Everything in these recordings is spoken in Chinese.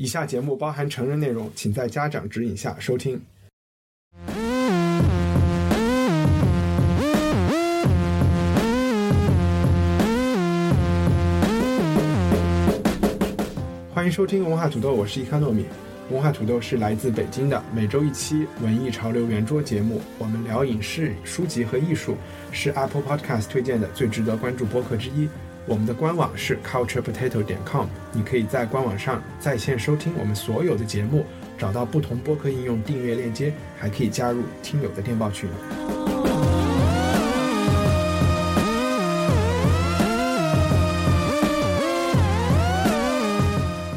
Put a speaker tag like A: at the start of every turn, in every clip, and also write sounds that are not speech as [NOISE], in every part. A: 以下节目包含成人内容，请在家长指引下收听。欢迎收听文化土豆，我是伊卡糯米。文化土豆是来自北京的每周一期文艺潮流圆桌节目，我们聊影视、书籍和艺术，是 Apple Podcast 推荐的最值得关注播客之一。我们的官网是 culturepotato 点 com，你可以在官网上在线收听我们所有的节目，找到不同播客应用订阅链接，还可以加入听友的电报群。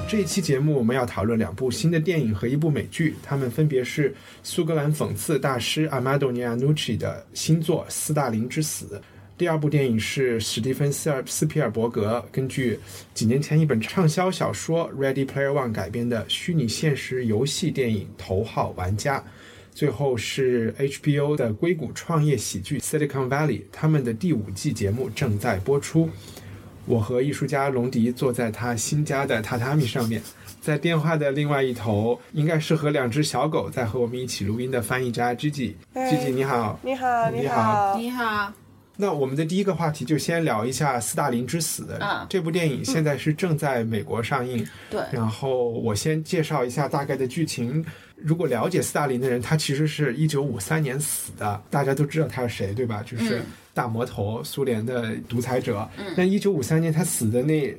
A: 这一期节目我们要讨论两部新的电影和一部美剧，它们分别是苏格兰讽刺大师阿玛多尼亚努奇的新作《斯大林之死》。第二部电影是史蒂芬·斯尔斯皮尔伯格根据几年前一本畅销小说《Ready Player One》改编的虚拟现实游戏电影《头号玩家》。最后是 HBO 的硅谷创业喜剧《Silicon Valley》，他们的第五季节目正在播出。我和艺术家龙迪坐在他新家的榻榻米上面，在电话的另外一头，应该是和两只小狗在和我们一起录音的翻译家 Gigi。
B: 嗨
A: Gigi 你好，
B: 你好，
A: 你
B: 你
A: 好
B: 好，
C: 你好，
A: 那我们的第一个话题就先聊一下《斯大林之死》
C: 啊
A: 这部电影，现在是正在美国上映。
C: 对
D: 嗯
A: 然后我先介绍一下大概的剧情。如果了解斯大林的人，他其实是一九五三年死的，大家都知道他是谁，对吧？就是大魔头，苏联的独裁者。那一九五三年他死的那。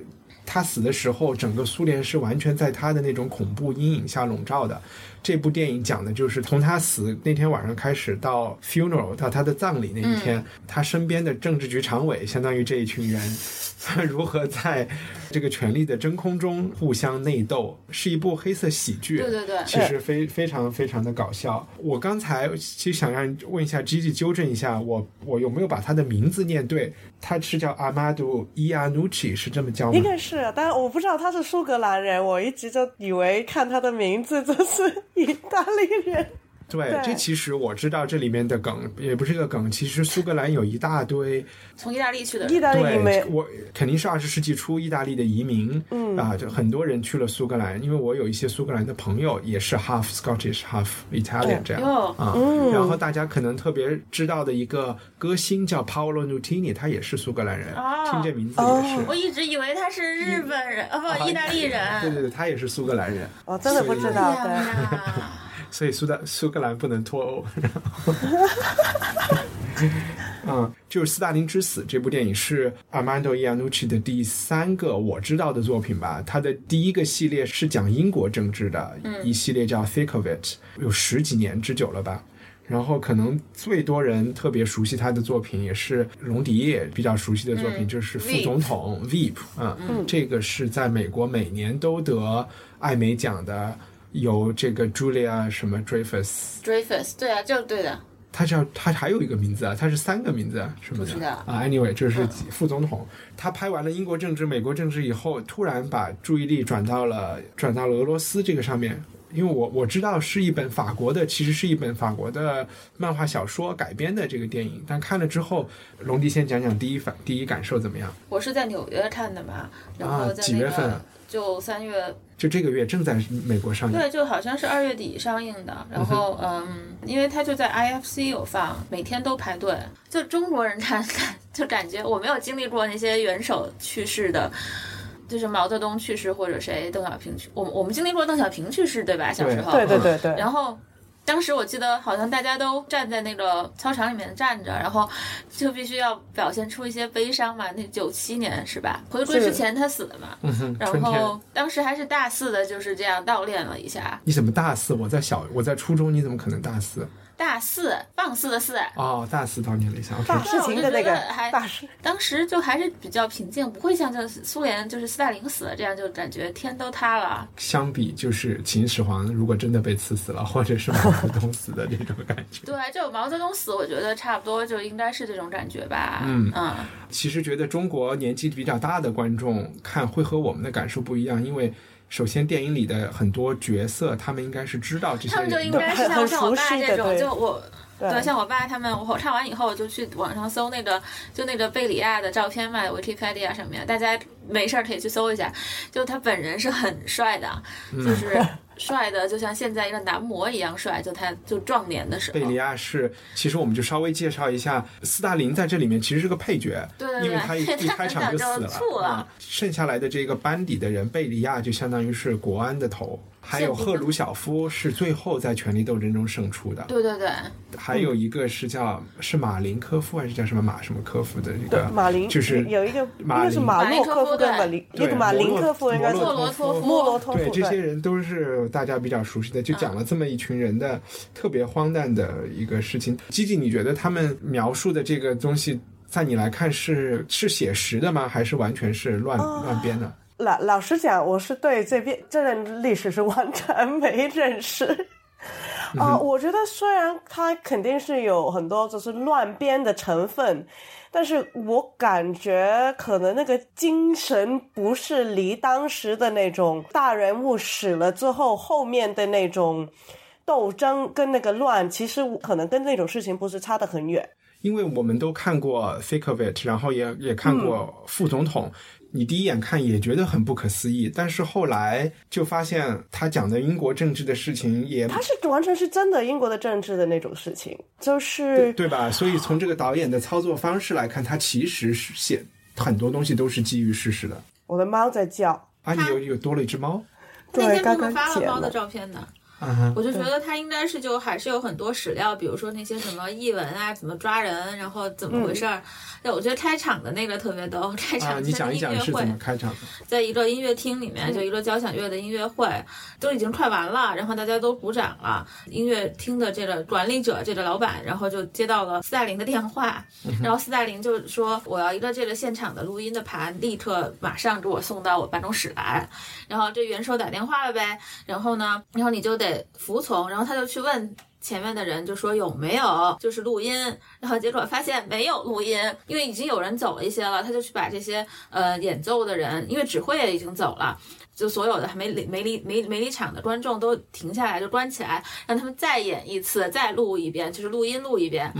A: 他死的时候，整个苏联是完全在他的那种恐怖阴影下笼罩的。这部电影讲的就是从他死那天晚上开始到 funeral 到他的葬礼那一天，
C: 嗯
A: 他身边的政治局常委，相当于这一群人， [LAUGHS] 如何在这个权力的真空中互相内斗，是一部黑色喜剧。
C: 对对对
A: 其实非非常非常的搞笑。我刚才其实想让问一下 Gigi 纠正一下，我我有没有把他的名字念对？他是叫阿玛杜伊亚努奇，是这么叫吗
B: 应？该是，但我不知道他是苏格兰人，我一直就以为看他的名字就是意大利人。
A: 对，
B: 对
A: 这其实我知道这里面的梗也不是一个梗，其实苏格兰有一大堆
C: 从意大利去的人
B: 意大利
A: 对，
B: 你们
A: 我肯定是二十世纪初意大利的移民，
B: 嗯
A: 啊，就很多人去了苏格兰，因为我有一些苏格兰的朋友也是 half Scottish half Italian 这样
C: 哦哟
A: 啊
B: 嗯，
A: 然后大家可能特别知道的一个歌星叫 Paolo Nutini，他也是苏格兰人，
C: 哦
A: 听这名字也是
C: 我，一直以为他是日本人，哦
A: 啊
C: 不，意大利人。
A: 对对对，他也是苏格兰人，
B: 我哦真的不知道，
C: 哎
B: 对，
C: 呀，
A: 所以苏的苏格兰不能脱欧。然后嗯，就是《斯大林之死》这部电影是阿曼多·伊亚努奇的第三个我知道的作品吧。他的第一个系列是讲英国政治的，
C: 嗯
A: 一系列叫《Thick of It》，有十几年之久了吧。然后可能最多人特别熟悉他的作品，也是龙迪也比较熟悉的作品，
C: 嗯
A: 就是副
C: Veep 嗯
A: 总统 Veep 啊、这个是在美国每年都得艾美奖的，由这个 Julia 什么 Dreyfus，
C: Dreyfus，对啊，就对的，
A: 他叫他还有一个名字啊，他是三个名字啊，什么
C: 不知
A: 的
C: 道
A: 啊。Anyway，这是几副总统，他拍完了英国政治、美国政治以后，突然把注意力转到了转到了俄罗斯这个上面。因为我我知道是一本法国的，其实是一本法国的漫画小说改编的这个电影，但看了之后，龙迪先讲讲第一反第一感受怎么样？
C: 我是在纽约看的嘛，然后在那个、
A: 几月份啊
C: 就三月，
A: 就这个月正在美国上映，
C: 对，就好像是二月底上映的。然后嗯因为他就在 IFC 有放，每天都排队。就中国人看， [LAUGHS] 就感觉我没有经历过那些元首去世的。就是毛泽东去世，或者谁邓小平去，我们我们经历过邓小平去世，对吧？小时候，
D: [LAUGHS]
B: 对对对对，
C: 然后当时我记得好像大家都站在那个操场里面站着，然后就必须要表现出一些悲伤嘛。那九七年是吧？回归
B: 是
C: 之前他死了嘛，
A: 嗯哼，
C: 然
A: 春天
C: 后。当时还是大四的，就是这样悼念了一下。
A: 你怎么大四？我在小，我在初中，你怎么可能大四？
D: 大四放肆的四，
A: 哦，大四悼念了一下，OK，
B: 大事情的那个
D: 对我就觉得还
B: 大事，
D: 当时就还是比较平静，不会像就是苏联就是斯大林死了这样就感觉天都塌了。
A: 相比就是秦始皇如果真的被刺死了，或者是毛泽东死的那种感
D: [LAUGHS]
A: 觉。
D: 对，就毛泽东死，我觉得差不多就应该是这种感觉吧。
A: 嗯
D: 嗯，
A: 其实觉得中国年纪比较大的观众看会和我们的感受不一样，因为首先电影里的很多角色，他们应该是知道这些
D: 他们就
A: 人
D: 应
A: 的。
D: 该是像
B: 很
D: 像我爸
B: 熟悉的
D: 这种，
B: 对
D: 就我对，
B: 对
D: 像我爸他们，我看完以后我就去网上搜那个，就那个贝里亚的照片嘛，Wikipedia 上面，大家没事儿可以去搜一下。就他本人是很帅的，
A: 嗯
D: 就是帅的就像现在一个男模一样帅，就他就壮年的时候
A: 贝。利亚是，其实我们就稍微介绍一下，斯大林在这里面其实是个配角，
D: 对对对
A: 因为他一
D: 他
A: 一开场死
D: 他很
A: 了
D: 早就猝了
A: 嗯剩下来的这个班底的人，贝利亚就相当于是国安的头，还有赫鲁晓夫是最后在权力斗争中胜出的，
D: 对对对，
A: 还有一个是叫是马林科夫还是叫什么马什么科夫的一个，
B: 马林
A: 就是
B: 有一个，一
A: 马
B: 个是
A: 林
B: 马洛
D: 马林科
B: 科
D: 夫
B: 夫
D: 对
B: 跟马林，
A: 对
B: 一个马林
A: 摩洛
B: 科夫应该是
A: 摩
D: 洛托夫
B: 莫洛托
A: 对，
B: 夫，嗯
A: 这些人都是大家比较熟悉的，就讲了这么一群人的特别荒诞的一个事情。基基，你觉得他们描述的这个东西，在你来看是是写实的吗？还是完全是乱、
B: 啊
A: 乱编的？
B: 老老实讲，我是对这边这段历史是完全 [LAUGHS] 没认识。
A: 嗯
B: 啊、我觉得虽然它肯定是有很多就是乱编的成分，但是我感觉可能那个精神不是离当时的那种大人物死了之后后面的那种斗争跟那个乱，其实可能跟那种事情不是差得很远。
A: 因为我们都看过《Fake of It》，然后也也看
D: 嗯
A: 过《副总统》你第一眼看也觉得很不可思议，但是后来就发现他讲的英国政治的事情也
B: 它是完全是真的英国的政治的那种事情，就是
A: 对吧？所以从这个导演的操作方式来看，他其实是写很多东西都是基于事实的。
B: 我的猫在叫。
A: 啊，你
D: 他
A: 有有多了一只猫
B: 对
D: 那天
B: 刚
D: 他们
B: 刚
D: 发了
B: 剪
D: 猫的
B: 了嗯
D: 照片的，
A: 啊哈，
D: 我就觉得他应该是就还是有很多史料，比如说那些什么译文啊，怎么抓人，然后怎
B: 嗯
D: 么回事儿。对，我觉得开场的那个特别逗，开
A: 啊，
D: 场
A: 你
D: 是那
A: 讲
D: 个
A: 一
D: 音
A: 讲
D: 乐
A: 是
D: 会嗯
A: 怎么，开场的？
D: 在一个音乐厅里面，就一个交响乐的音乐会，都已经快完了，然后大家都鼓掌了。音乐厅的这个管理者，这个老板，然后就接到了斯大林的电话，然后斯大林就说：“我要一个这个现场的录音的盘，立刻马上给我送到我办公室来。”然后这元首打电话了呗，然后呢，然后你就得服从，然后他就去问。前面的人就说有没有就是录音，然后结果发现没有录音，因为已经有人走了一些了，他就去把这些呃演奏的人，因为指挥也已经走了，就所有的还没离没离没没离场的观众都停下来，就关起来，让他们再演一次，再录一遍，就是录音录一遍。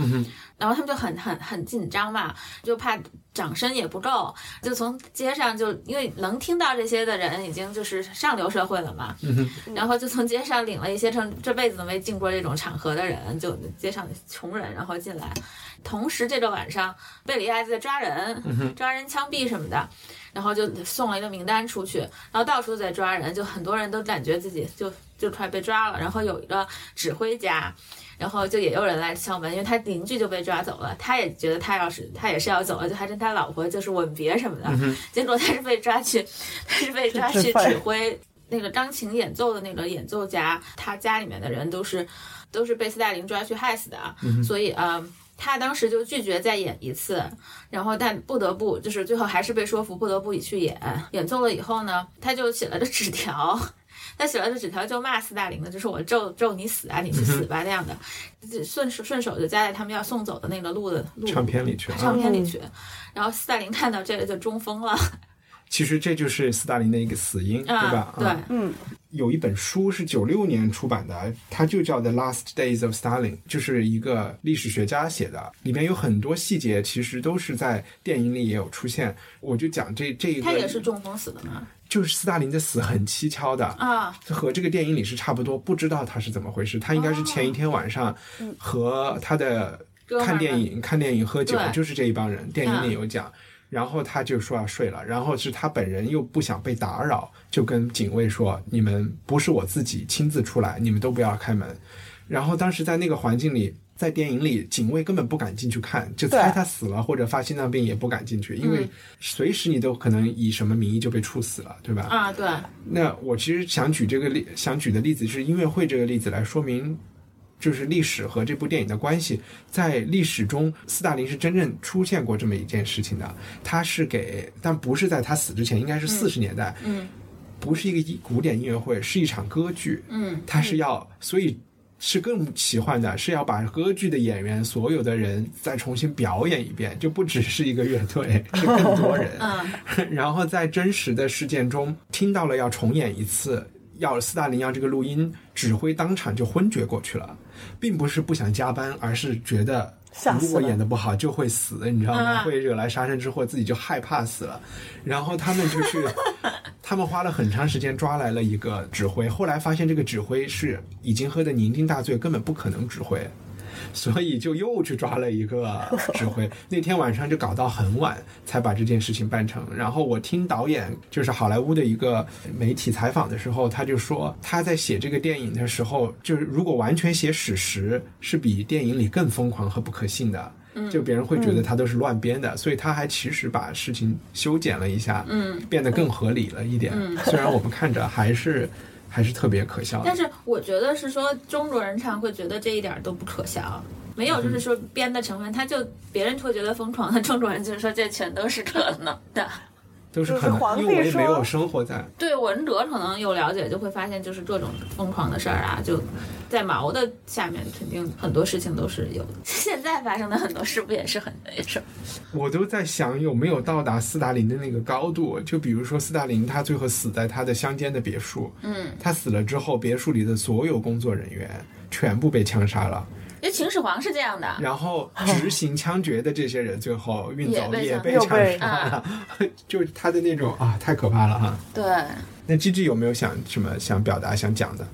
D: 然后他们就很很很紧张嘛，就怕掌声也不够，就从街上就因为能听到这些的人已经就是上流社会了嘛，然后就从街上领了一些这这辈子都没进过这种场合的人，就街上的穷人，然后进来。同时这个晚上，贝里亚在抓人，抓人枪毙什么的，然后就送了一个名单出去，然后到处在抓人，就很多人都感觉自己就就快被抓了。然后有一个指挥家，然后就也有人来敲门，因为他邻居就被抓走了，他也觉得他要是他也是要走了，就还跟他老婆就是吻别什么的，结果他是被抓去， [LAUGHS] 他是被抓去
B: 吃饭
D: 指挥。那个钢琴演奏的那个演奏家，他家里面的人都是都是被斯大林抓去害死的，所以呃，他当时就拒绝再演一次，然后但不得不就是最后还是被说服，不得不去演。演奏了以后呢，他就写了个纸条， [LAUGHS] 他写了个纸条就骂斯大林的，就是我咒咒你死啊，你去死吧那样的，就顺手顺手就加在他们要送走的那个路的路
A: 唱片里去啊，
D: 唱片里去。然后斯大林看到这个就中风了，
A: 其实这就是斯大林的一个死因，对吧
D: 啊？，对
A: 啊，有一本书是九六年出版的，它就叫《The Last Days of Stalin》，就是一个历史学家写的，里面有很多细节，其实都是在电影里也有出现。我就讲这这一个，
D: 他也是中风死的嘛，
A: 就是斯大林的死很蹊跷的
D: 啊，
A: 和这个电影里是差不多，不知道他是怎么回事。他应该是前一天晚上和他的
D: 哦嗯哥们儿
A: 看电影、看电影喝酒，
D: 对
A: 就是这一帮人，电影
D: 嗯
A: 里有讲。然后他就说要睡了，然后是他本人又不想被打扰，就跟警卫说：“你们不是我自己亲自出来，你们都不要开门。”然后当时在那个环境里，在电影里，警卫根本不敢进去看，就猜
B: 对
A: 他死了或者发心脏病也不敢进去，因
D: 嗯
A: 为随时你都可能以什么名义就被处死了，对吧？
D: 啊，对，
A: 那我其实想举这个例，想举的例子是音乐会这个例子来说明，就是历史和这部电影的关系。在历史中，斯大林是真正出现过这么一件事情的，他是给，但不是在他死之前，应该是四十年代，
C: 嗯
A: 不是一个一古典音乐会，是一场歌剧，
C: 嗯
A: 他是要，所以是更奇幻的，是要把歌剧的演员所有的人再重新表演一遍，就不只是一个乐队，是更多人。
C: 嗯，
A: [LAUGHS] 然后在真实的事件中听到了要重演一次，要斯大林要这个录音，指挥当场就昏厥过去了，并不是不想加班，而是觉得
B: 吓死
A: 如
B: 了
A: 果演的不好就会死，你知道吗？
C: 嗯
A: 会惹来杀身之祸，自己就害怕死了。然后他们就去，他们花了很长时间抓来了一个指挥，后来发现这个指挥是已经喝得酩酊大醉，根本不可能指挥。所以就又去抓了一个指挥。那天晚上就搞到很晚才把这件事情办成。然后我听导演就是好莱坞的一个媒体采访的时候，他就说他在写这个电影的时候，就是如果完全写史实，是比电影里更疯狂和不可信的。
B: 嗯
A: 就别人会觉得他都是乱编的，所以他还其实把事情修剪了一下，
C: 嗯，
A: 变得更合理了一点。
B: 嗯
A: 虽然我们看着还是还是特别可笑的
C: 但，是我觉得是说中国人唱会觉得这一点儿都不可笑，没有就是说编的成分，他就别人会觉得疯狂的中国人就是说这全都是可能的。
A: 都是
B: 就是
A: 很
B: 皇
A: 因
B: 帝
A: 为我也没
B: 说
A: 有生活在
C: 对文革可能有了解，就会发现就是各种疯狂的事儿啊，就在毛的下面肯定很多事情都是有的。 [LAUGHS] 现在发生的很多事不也是很那什么？
A: 我都在想有没有到达斯大林的那个高度。就比如说，斯大林他最后死在他的乡间的别墅，
C: 嗯，
A: 他死了之后，别墅里的所有工作人员全部被枪杀了，
C: 因为秦始皇是这样的，
A: [LAUGHS] 然后执行枪决的这些人最后运走
C: 也
A: 也
C: 被啊
A: 被
B: 枪
A: 枪杀了， [LAUGHS] 就是他的那种啊，太可怕了哈。
C: 对，
A: 那 G G 有没有想什么想表达、想讲的？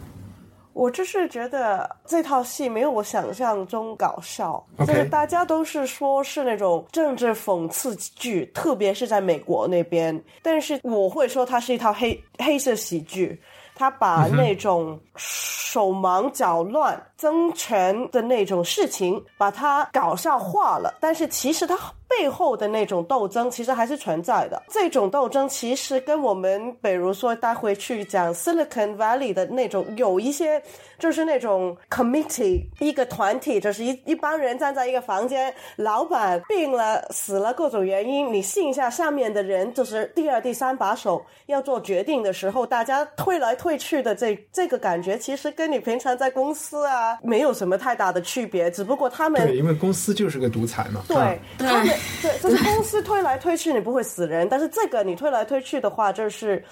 B: 我就是觉得这套戏没有我想象中搞笑
A: OK
B: 就是大家都是说是那种政治讽刺剧，特别是在美国那边。但是我会说它是一套黑黑色喜剧，它把那种手忙脚乱、争权的那种事情，把它搞笑化了。但是其实它背后的那种斗争其实还是存在的。这种斗争其实跟我们，比如说待回去讲 Silicon Valley 的那种有一些，就是那种 committee 一个团体，就是一一帮人站在一个房间，老板病了、死了各种原因，你信一下下面的人，就是第二、第三把手要做决定的时候，大家推来推去的这这个感觉，其实跟你平常在公司啊没有什么太大的区别，只不过他们
A: 对，因为公司就是个独裁嘛。啊
B: 对，他们对，就是公司推来推去，你不会死人，但是这个你推来推去的话，就是。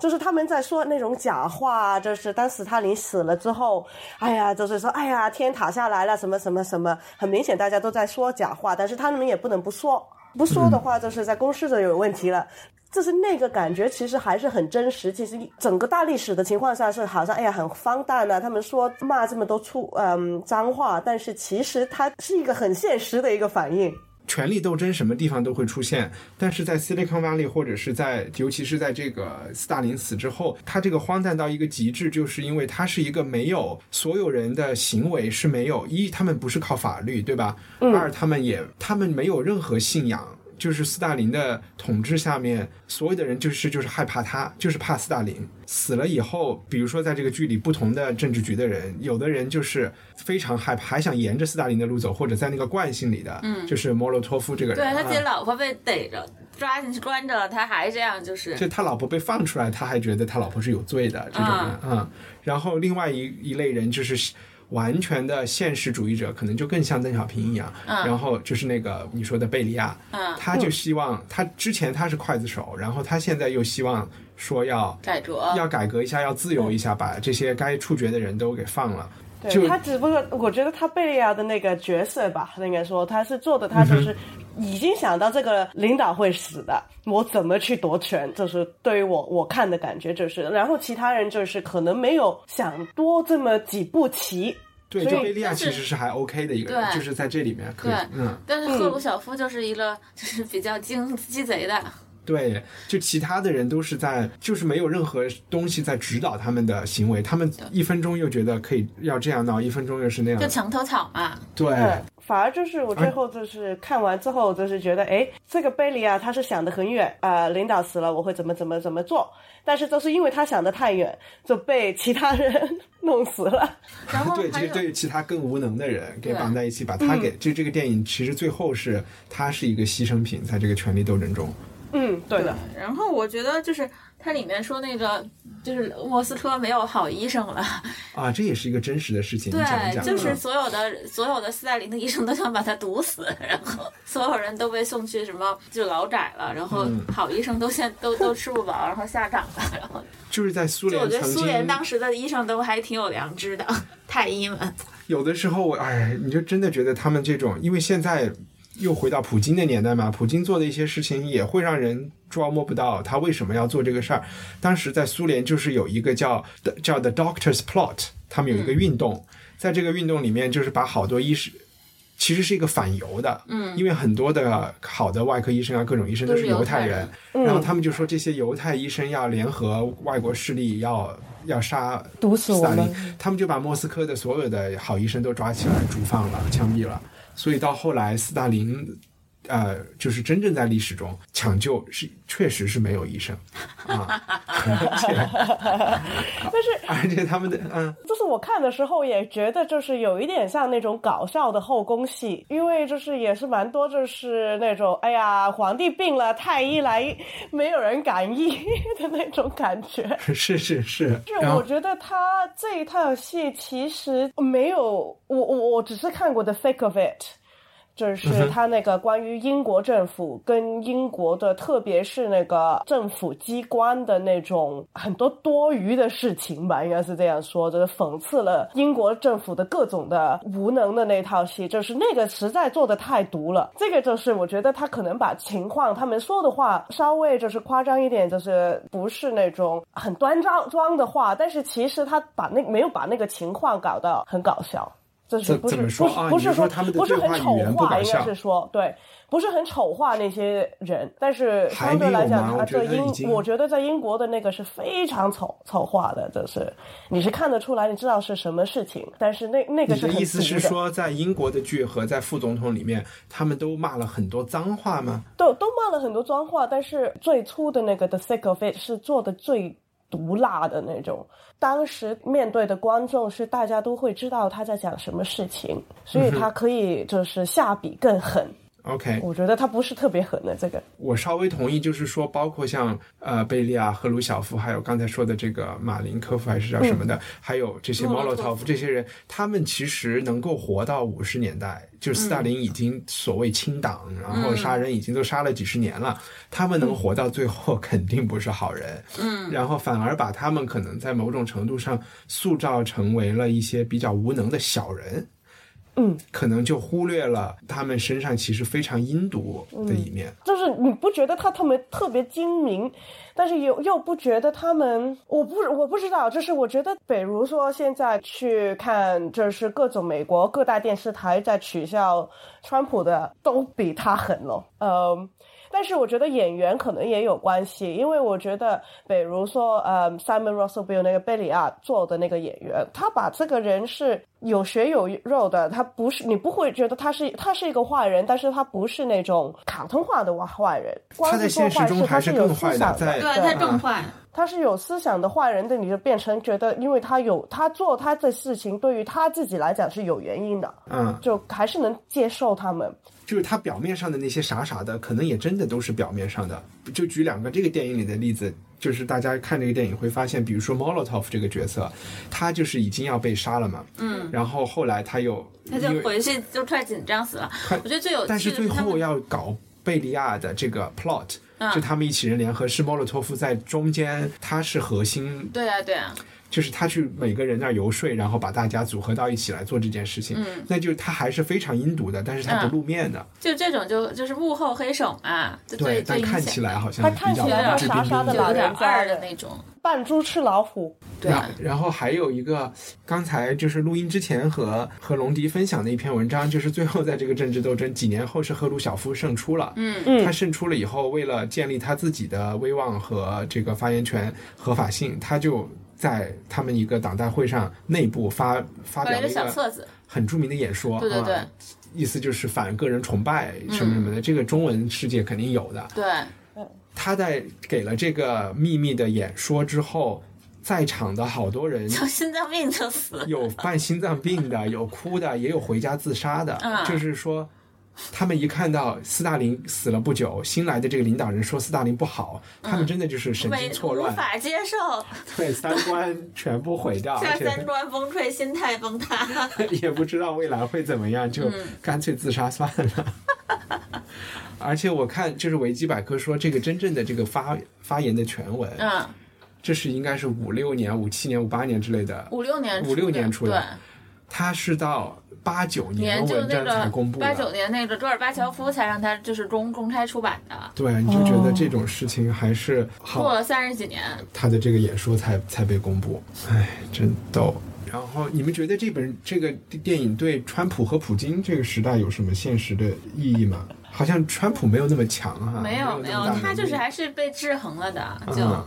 B: 就是他们在说那种假话啊，就是当斯大林死了之后，哎呀，就是说，哎呀，天塌下来了，什么什么什么，很明显大家都在说假话，但是他们也不能不说，不说的话就是在公司就有问题了。就是那个感觉，其实还是很真实。其实整个大历史的情况下是好像哎呀很荒诞啊，他们说骂这么多粗嗯脏话，但是其实它是一个很现实的一个反应。
A: 权力斗争什么地方都会出现，但是在 Silicon Valley 或者是在，尤其是在这个斯大林死之后，他这个荒诞到一个极致，就是因为他是一个没有所有人的行为是没有一，他们不是靠法律，对吧？二，他们也他们没有任何信仰。就是斯大林的统治下面，所有的人就是就是害怕他，就是怕斯大林死了以后，比如说在这个剧里，不同的政治局的人，有的人就是非常害怕，还想沿着斯大林的路走，或者在那个惯性里的，嗯，就是莫洛托夫这个人，
C: 对他
A: 啊
C: 自己老婆被逮着抓进去关着了，他还这样，就是
A: 就他老婆被放出来，他还觉得他老婆是有罪的这种人啊、嗯然后另外一一类人就是完全的现实主义者，可能就更像邓小平一样。然后就是那个你说的贝利亚，
C: 嗯
A: 他就希望他之前他是刽子手，然后他现在又希望说要
C: 改革。
A: 要改革一下，要自由一下，把这些该处决的人都给放了。就
B: 对他只不过，我觉得他贝利亚的那个角色吧，应该说他是做的，他
A: 嗯
B: 就是已经想到这个领导会死的，我怎么去夺权，就是对于我我看的感觉就是，然后其他人就是可能没有想多这么几步棋，
A: 对，
B: 所以
A: 就贝利亚
C: 但
A: 其
C: 是
A: 实是还 OK 的一个人，
C: 对
A: 就是在这里面可以
C: 对，
A: 嗯。
C: [LAUGHS]
A: 嗯
C: 但是赫鲁晓夫就是一个就是比较精鸡贼的，
A: 对，就其他的人都是在，就是没有任何东西在指导他们的行为，他们一分钟又觉得可以要这样闹，一分钟又是那样
C: 就，墙头草嘛。
A: 对
B: 对，嗯反而就是我最后就是看完之后，就是觉得，哎，这个贝利啊，他是想得很远啊、呃领导死了我会怎么怎么怎么做，但是都是因为他想得太远，就被其他人 [LAUGHS] 弄死了。
C: 然后
A: 对，其
C: 还
A: 实
C: 有
A: 对于其他更无能的人给
C: 对嗯
A: 绑在一起，把他给，就这个电影其实最后是他是一个牺牲品，在这个权力斗争中，
B: 嗯，对的，
C: 然后我觉得就是它里面说那个，就是莫斯科没有好医生了，
A: 啊，这也是一个真实的事情，你讲一
C: 对，
A: 讲，
C: 就是
A: 嗯
C: 所有的所有的斯大林的医生都想把他毒死， [LAUGHS] 然后所有人都被送去什么就劳改了，然后
A: 嗯
C: 好医生都现都都吃不饱，然后下岗了，然后
A: 就是在苏
C: 就我
A: 联
C: 觉
A: 曾
C: 得
A: 经，
C: 苏联当时的医生都还挺有良知的， [LAUGHS] 太医们，
A: 有的时候我哎，你就真的觉得他们这种，因为现在又回到普京的年代嘛，普京做的一些事情也会让人捉摸不到他为什么要做这个事儿。当时在苏联就是有一个叫叫 The Doctors Plot，他们有一个运动，在这个运动里面就是把好多医师。其实是一个反犹的，嗯，因为很多的好的外科医生啊，各种医生都
C: 都
A: 是
C: 是犹
A: 犹太
C: 太
A: 人嗯
C: 人，
A: 然后他们就说这些犹太医生要联合外国势力要要杀
B: 毒死我
A: 斯
B: 们
A: 大林他们就把莫斯科的所有的好医生都抓起来逐放了、枪毙了。所以到后来，斯大林，呃，就是真正在历史中抢救是确实是没有医生啊，
B: 但是
A: 而且他们的嗯，
B: 就是我看的时候也觉得，就是有一点像那种搞笑的后宫戏，因为就是也是蛮多，就是那种哎呀，皇帝病了，太医来，没有人敢医的那种感觉。
A: 是是是，
B: 是，
A: 然后
B: 我觉得他这一套戏其实没有，我我我只是看过《The Fake of It》，就是他那个关于英国政府跟英国的，特别是那个政府机关的那种很多多余的事情吧，应该是这样说，就是讽刺了英国政府的各种的无能的那套戏，就是那个实在做的太毒了。这个就是我觉得他可能把情况他们说的话稍微就是夸张一点，就是不是那种很端庄庄的话，但是其实他把那没有把那个情况搞到很搞笑。就是
A: 怎
B: 不是
A: 怎么说
B: 不是
A: 啊
B: 不
A: 你
B: 是
A: 是说他们的
B: 不是
A: 对
B: 很
A: 话
B: 丑
A: 语言不
B: 化，
A: 搞
B: 应
A: 笑
B: 该是说对，不是很丑化那些人，但是
A: 还
B: 相
A: 没有
B: 对来
A: 吗
B: 讲，
A: 我
B: 他
A: 觉得
B: 在
A: 已
B: 英
A: 经
B: 我觉得在英国的那个是非常丑丑化的，就是你是看得出来，你知道是什么事情，但是那那个
A: 你
B: 是
A: 的
B: 很
A: 意思
B: 毒
A: 是
B: 的
A: 说，在英国的剧和在副总统里面，他们都骂了很多脏话吗？
B: 都都骂了很多脏话，但是最初的那个《The Sick of It》是做的最毒辣的那种。当时面对的观众是大家都会知道他在讲什么事情，所
A: 嗯
B: 以他可以就是下笔更狠。
A: OK，
B: 我觉得他不是特别狠的这个。
A: 我稍微同意，就是说，包括像呃贝利亚、赫鲁晓夫，还有刚才说的这个马林科夫还是叫什么的，还有这些
C: 莫
A: 莫
C: 洛
A: 洛
C: 托
A: 嗯托夫这些人，他们其实能够活到五十年代，就是斯大林已经所谓清党，然后杀人已经都杀了几十年了，他们能活到最后肯定不是好人，嗯，然后反而把他们可能在某种程度上塑造成为了一些比较无能的小人，可能就忽略了他们身上其实非常阴毒的一面。
B: 就是你不觉得他他们特别精明，但是又又不觉得他们，我不我不知道，就是我觉得，比如说现在去看，就是各种美国各大电视台在取笑川普的，都比他狠咯。嗯。但是我觉得演员可能也有关系，因为我觉得，比如说，呃，Simon Russell Bill 那个贝里亚做的那个演员，他把这个人是有血有肉的，他不是你不会觉得他是他是一个坏人，但是他不是那种卡通化的坏人，光
A: 他在
B: 是做
A: 现实
B: 坏
A: 中
B: 事，
A: 还
B: 他
A: 是
B: 有
A: 更
B: 思
A: 坏
B: 想
A: 的，在
C: 对他
A: 啊
C: 更坏，
B: 他是有思想的坏人，但你就变成觉得，因为他有他做他的事情，对于他自己来讲是有原因的，
A: 嗯，
B: 就还是能接受他们。
A: 就是他表面上的那些傻傻的，可能也真的都是表面上的。就举两个这个电影里的例子，就是大家看这个电影会发现，比如说 Molotov 这个角色，他就是已经要被杀了嘛，嗯，然后后来他又
C: 他
A: 因
C: 就
A: 为
C: 回去就快紧张死了。我觉得最有
A: 但
C: 趣
A: 是
C: 的
A: 最
C: 他
A: 后
C: 们嗯
A: 要搞贝利亚的这个 plot，、就他们一起人联合，是莫洛托夫在中间，他是核心
C: 对啊对啊，
A: 就是他去每个人那儿游说，然后把大家组合到一起来做这件事情，
C: 嗯
A: 那就他还是非常阴毒的，但是他不露面的，
C: 就这种就就是幕后黑手嘛，就最
A: 对，
C: 最
A: 但
C: 明
A: 看
C: 显
A: 起来好像
B: 他
A: 比
B: 看起
A: 较
B: 来
A: 文
B: 要
A: 质彬
B: 傻傻
A: 彬
B: 的
C: 有
B: 把
A: 的，
C: 点
B: 人家
C: 二
B: 的
C: 的那种。
B: 扮猪吃老虎，
D: 对
A: 那然后还有一个，刚才就是录音之前和和龙迪分享的一篇文章，就是最后在这个政治斗争几年后是赫鲁晓夫胜出了。
D: 嗯
B: 嗯
A: 他胜出了以后，为了建立他自己的威望和这个发言权合法性，他就在他们一个党大会上内部发发
D: 发
A: 表
D: 了一
A: 了
D: 个
A: 一
D: 小
A: 个
D: 册子，
A: 很著名的演说。
D: 对对嗯对
A: 啊意思就是反个人崇拜什么什么的，这个中文世界肯定有的。
D: 对，
A: 他在给了这个秘密的演说之后，在场的好多人
D: 就心脏病就死了。
A: [LAUGHS] 有犯心脏病的，有哭的，也有回家自杀的。
D: 嗯
A: 就是说，他们一看到斯大林死了不久，新来的这个领导人说斯大林不好，他们真的就是神
D: 没
A: 经错
D: 嗯无
A: 乱，
D: 法接受，
A: [LAUGHS] 对三观全部毁掉，
D: 下
A: 而
D: [LAUGHS] 三
A: 且
D: 观崩溃，心态崩
A: [LAUGHS]
D: 塌。
A: 也不知道未来会怎么样，就
D: 嗯
A: 干脆自杀算了。 [LAUGHS] 而且我看，就是维基百科说，这个真正的这个发发言的全文，
D: 嗯，
A: 这是应该是五六年、五七年、五八年之类的，
D: 五六年
A: 五六年出
D: 出
A: 的
D: 的，
A: 他是到八九
D: 对，
A: 年
D: 年就
A: 文
D: 那
A: 章才
D: 个
A: 公布的。
D: 八九年那个戈尔巴乔夫才让他就是公公开出版的，
A: 对，你就觉得这种事情还是
D: 过
A: 好，
D: 了三十几年，
A: 他的这个演说才才被公布，哎，真逗。然后你们觉得这本这个电影对川普和普京这个时代有什么现实的意义吗？好像川普没有那么强哈、
D: 没有
A: 没
D: 没
A: 有
D: 有
A: 那么大，能
D: 他就
A: 力
D: 是还是被制衡了的，就、
A: 嗯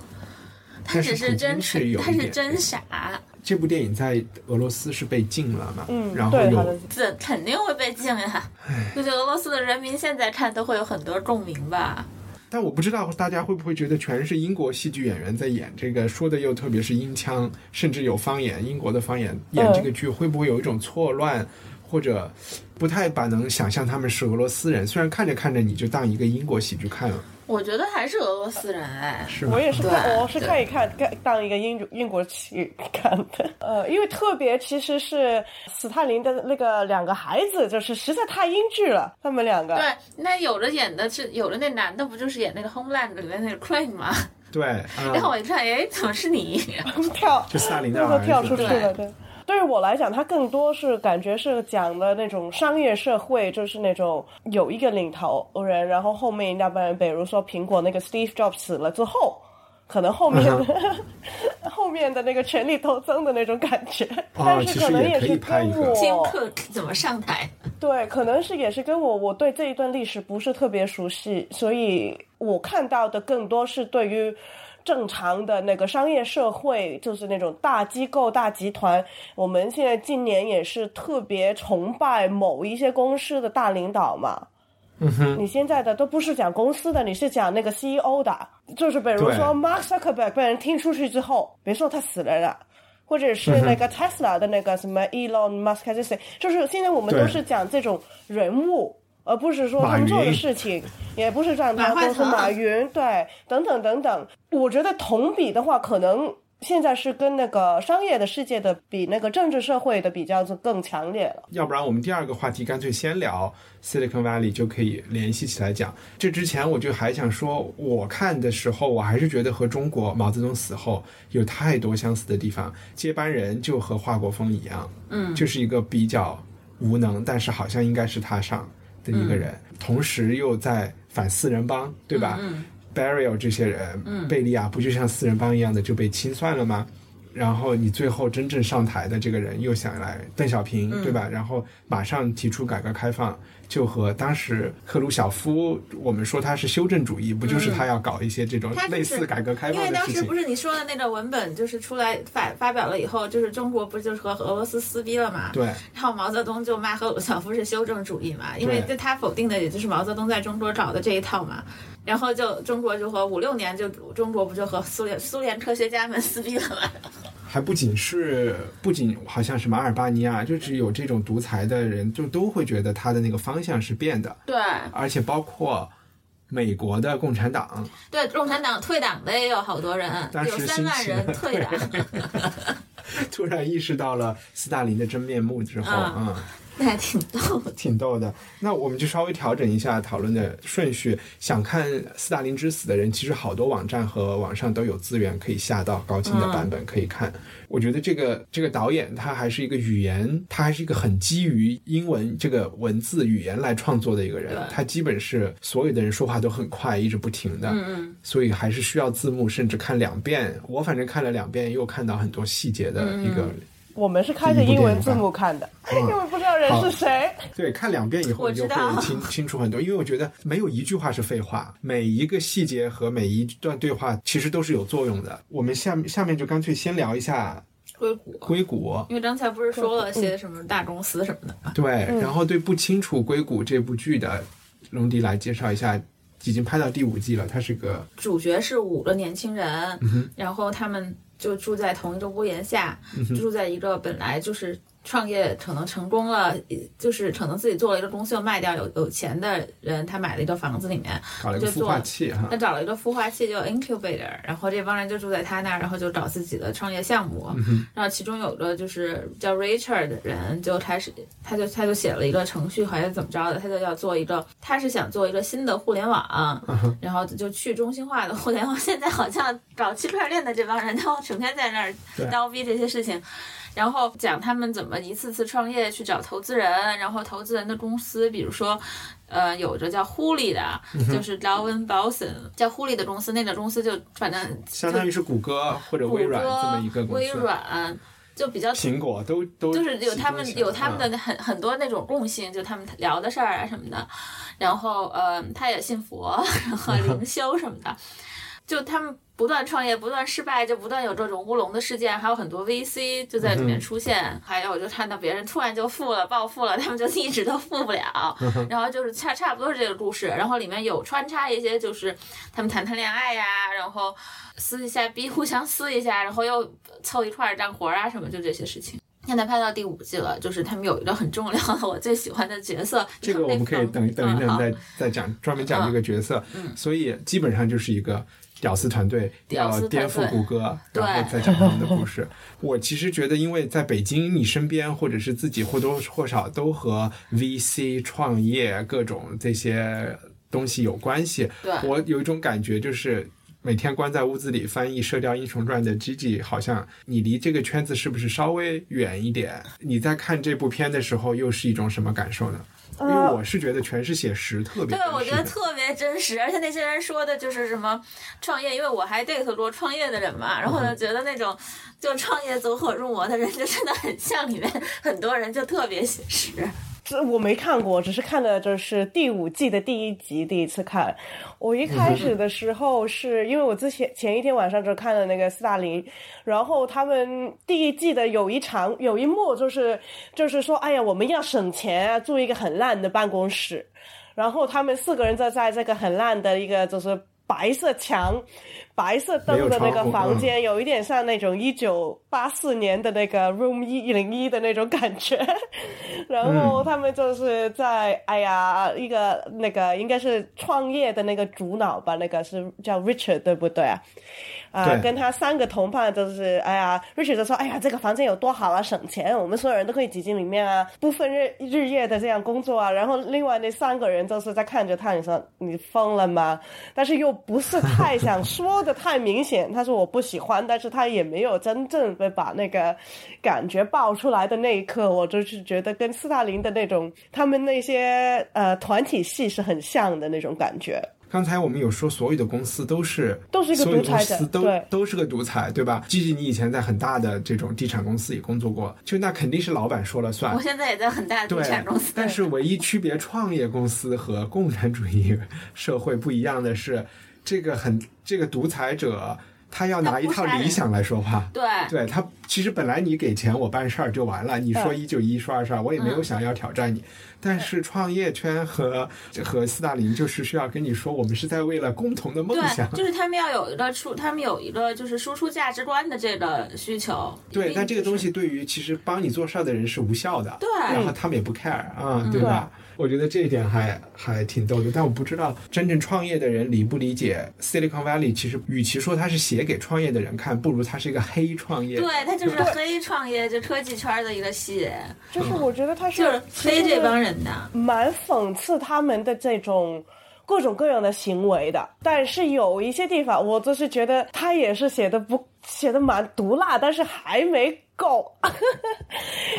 D: 他
A: 但
D: 只
A: 是普京
D: 真
A: 是有一
D: 他是
A: 点
D: 真傻，
A: 这部电影在俄罗斯是被禁了嘛，
B: 嗯，
A: 然后
B: 对，好的
A: 有，
D: 这肯定会被禁呀、就是俄罗斯的人民现在看都会有很多共鸣吧，
A: 但我不知道大家会不会觉得全是英国戏剧演员在演这个，说的又特别是英腔，甚至有方言，英国的方言
D: 嗯
A: 演这个剧，会不会有一种错乱，或者不太把能想象他们是俄罗斯人？虽然看着看着你就当一个英国喜剧看了，
D: 我觉得还是俄罗斯人哎，
A: 是吗
B: 我？也是看，
D: 对
B: 我是可以看看当一个英英国去看的。呃，因为特别其实是斯泰林的那个两个孩子，就是实在太英剧了，他们两个。
D: 对，那有的演的是有的那男的不就是演那个《Homeland》里面那个 Crane 吗？
A: 对，
D: 然后
A: 嗯，哦
D: 我一看，哎，怎么是你？
B: [LAUGHS] 跳，
A: 就斯大林的
B: 那时候
A: 儿子
B: 跳出去
D: 对
B: 了，对。对于我来讲，它更多是感觉是讲的那种商业社会，就是那种有一个领头人，然后后面那帮人，比如说苹果那个 Steve Jobs 死了之后，可能后面
A: [LAUGHS]
B: 的、后面的那个权力斗争的那种感觉，但
A: 啊其
B: 是
A: 实
B: 可能
A: 也可以
B: 是
A: 拍一
B: 跟
A: 个
B: 我
D: 金克怎么上台？
B: 对，可能是也是跟我我对这一段历史不是特别熟悉，所以我看到的更多是对于正常的那个商业社会，就是那种大机构、大集团。我们现在近年也是特别崇拜某一些公司的大领导嘛。
A: 嗯哼，
B: 你现在的都不是讲公司的，你是讲那个 CEO 的，就是比如
A: 对
B: 说 Mark Zuckerberg 被人听出去之后，别说他死了啦，或者
A: 嗯
B: 是那个 Tesla 的那个什么 Elon Musk 这些，就是现在我们
A: 对
B: 都是讲这种人物，而不是说他们做
A: 马
B: 的
A: 云
B: 事情，也不是讲他
D: 马化
B: 公司
D: 腾
B: 马云对等等等等。我觉得同比的话，可能现在是跟那个商业的世界的比那个政治社会的比较就更强烈了。
A: 要不然我们第二个话题干脆先聊 Silicon Valley 就可以联系起来讲。这之前我就还想说，我看的时候我还是觉得和中国毛泽东死后有太多相似的地方，接班人就和华国锋一样，嗯，就是一个比较无能，但是好像应该是他上的一个人，同时又在反四人帮，对吧？Barrio 这些人，
D: 嗯
A: 贝利亚不就像四人帮一样的就被清算了吗？然后你最后真正上台的这个人又想来邓小平，
D: 嗯
A: 对吧？然后马上提出改革开放，就和当时赫鲁晓夫，我们说他是修正主义，不就是他要搞一些这种
D: 他就是
A: 类似改革开
D: 因
A: 放
D: 为
A: 的
D: 当
A: 事
D: 时
A: 情
D: 不？是你说的那个文本，就是出来发发表了以后，就是中国不就是和俄罗斯撕逼了嘛？。
A: 对，
D: 然后毛泽东就骂赫鲁晓夫是修正主义嘛，因为
A: 对
D: 这他否定的也就是毛泽东在中国搞的这一套嘛。然后就中国就和五六年就中国不就和苏联苏联科学家们 [LAUGHS] 撕逼了嘛？
A: 还不仅是不仅好像是马尔巴尼亚，就是有这种独裁的人，就都会觉得他的那个方向是变的，
D: 对
A: 而且包括美国的共产党，
D: 对，共产党退党的也有好多人，
A: 当
D: 有
A: 时
D: 三
A: 兴
D: 万
A: 起
D: 人
A: 了
D: 退党。
A: [LAUGHS] 突然意识到了斯大林的真面目之后，
D: 嗯
A: 嗯，
D: 那还挺逗 [LAUGHS] 的。
A: 挺逗的。那我们就稍微调整一下讨论的顺序。想看《斯大林之死》的人，其实好多网站和网上都有资源可以下到高清的版本可以看。我觉得这个这个导演他还是一个语言，他还是一个很基于英文这个文字语言来创作的一个人
C: 对。
A: 他基本是所有的人说话都很快，一直不停的，
C: 嗯
A: 所以还是需要字幕，甚至看两遍。我反正看了两遍，又看到很多细节的一
C: 嗯
A: 个。
B: 我们是开着英文字幕看的，
A: 嗯
B: [LAUGHS] 因为不知道人是谁。
A: 对，看两遍以后
C: 我
A: 你就
C: 知道
A: 会
D: [LAUGHS]
A: 清清楚很多，因为我觉得没有一句话是废话，每一个细节和每一段对话其实都是有作用的。我们下下面就干脆先聊一下
D: 硅谷，
A: 硅谷，
D: 因为刚才不是说了些什么大公司什么的吗？
A: 对，然后对不清楚硅谷这部剧的，龙迪来介绍一下，已经拍到第五季了，它是个
D: 主角是五个年轻人，然后他们就住在同一个屋檐下，住在一个本来就是创业可能成功了，就是可能自己做了一个公司又卖掉有有钱的人，他买了一个房子里面，
A: 搞了一个
D: 就
A: 孵
D: 做
A: 化器哈
D: 他，找了一个孵化器叫 incubator，然后这帮人就住在他那儿，然后就搞自己的创业项目。然后其中有个就是叫 Richard 的人就开始，他就他就写了一个程序还是怎么着的，他就要做一个，他是想做一个新的互联网，然后就去中心化的互 [LAUGHS]
A: [LAUGHS]
D: 联网。现在好像搞区块链的这帮人都整天在那儿
A: 对
D: 叨逼这些事情。然后讲他们怎么一次次创业去找投资人，然后投资人的公司，比如说，呃，有着叫 Huli 的，
A: 嗯
D: 就是 Galvin Boston 叫 Huli 的公司，那个公司就反正
A: 相当于是谷歌或者
D: 谷
A: 微软这
D: 歌
A: 么一个、公
D: 微
A: 司，
D: 软就比较
A: 苹果都都
D: 就是有
A: 集
D: 他
A: 中
D: 们
A: 起来
D: 有他们
A: 啊
D: 的很很多那种共性，就他们聊的事儿啊什么的。然后呃，他也信佛， [LAUGHS] 然
A: [LAUGHS]
D: 后灵修什么的。就他们不断创业，不断失败，就不断有这种乌龙的事件，还有很多 VC 就在里
A: 嗯
D: 面出现。还有我就看到别人突然就富了，暴富了，他们就一直都富不了。
A: 嗯
D: 然后就是差差不多是这个故事，然后里面有穿插一些就是他们谈谈恋爱呀、然后撕一下 [LAUGHS] 逼，互相撕一下，然后又凑一块儿干活啊什么，就这些事情。现在拍到第五季了，就是他们有一个很重要的我 [LAUGHS] 最喜欢的角色，
A: 这个我们可以等一等一
D: 嗯
A: 等
D: 好嗯
A: 再再讲，专门讲这个角色。所以基本上就是一个屌丝团队
D: 屌
A: 要
D: 丝
A: 颠
D: 团
A: 覆
D: 队
A: 谷歌，
D: 对
A: 然后再讲他们的故
D: [LAUGHS]
A: 事。我其实觉得，因为在北京，你身边或者是自己或多或少都和 VC 创业各种这些东西有关系。
D: 对
A: 我有一种感觉就是。每天关在屋子里翻译《射雕英雄传》的 Gigi，好像你离这个圈子是不是稍微远一点？你在看这部片的时候，又是一种什么感受呢？因为
B: 呃
A: 我是觉得全是写实，特别
D: 对，我觉得
A: 真实的
D: 特别真实，而且那些人说的就是什么创业，因为我还 date 过创业的人嘛，然后
A: 嗯
D: 我就觉得那种就创业走火入魔的人，就真的很像里面很多人就特别写实。
A: 啊
B: 这我没看过，只是看了就是第五季的第一集，第一次看。我一开始的时候是因为我之前前一天晚上就看了那个斯大林，然后他们第一季的有一场有一幕就是就是说，哎呀，我们要省钱啊，住一个很烂的办公室，然后他们四个人就在这个很烂的一个就是白色墙、白色灯的那个房间，有一点像那种一九八四年的那个 Room 一零一的那种感觉。然后他们就是在、哎呀，一个那个应该是创业的那个主脑吧，那个是叫 Richard 对不对啊？啊、
A: 对
B: 跟他三个同伴就是，哎呀，Richard 就说，哎呀，这个房间有多好啊，省钱，我们所有人都可以挤进里面啊，不分日日夜的这样工作啊。然后另外那三个人就是在看着他，你说你疯了吗？但是又不是太想说的太明显，他说我不喜欢，但是他也没有真正的把那个感觉爆出来的那一刻，我就是觉得跟斯大林的那种他们那些呃团体戏是很像的那种感觉。
A: 刚才我们有说，所有的公司都是
B: 都是一个
A: 所有
B: 独裁者
A: 公司都
B: 对
A: 都是个独裁，对吧？Gigi，你以前在很大的这种地产公司也工作过，就那肯定是老板说了算
D: 我。现在也在很大的
A: 对
D: 地产公司，，
A: 但是唯一区别创业公司和共产主义社会不一样的是，这个很这个独裁者他要拿一套理想来说话。
D: 对
A: 对他，其实本来你给钱我办事儿就完了，你说
B: 嗯
A: 一就一，说二说二，我也没有
D: 嗯
A: 想要挑战你。但是创业圈和和斯大林就是需要跟你说，我们是在为了共同的梦想
D: 对，。就是他们要有一个出，他们有一个就是输出价值观的这个需求。
A: 对，但这个东
D: 西。
A: 西对于其实帮你做事儿的人是无效的，
D: 对嗯
A: 然后他们也不 care 啊、对吧？我觉得这一点还还挺逗的，但我不知道真正创业的人理不理解 Silicon Valley。其实与其说它是写写给创业的人看，不如它是一个黑创业。
D: 对，它就是黑创业，就科技圈的一个戏，
B: 就是我觉得他是
D: 就是黑这帮人的。
B: 蛮讽刺他们的这种各种各样的行为的。但是有一些地方，我就是觉得他也是写的不写的蛮毒辣，但是还没够。 [LAUGHS]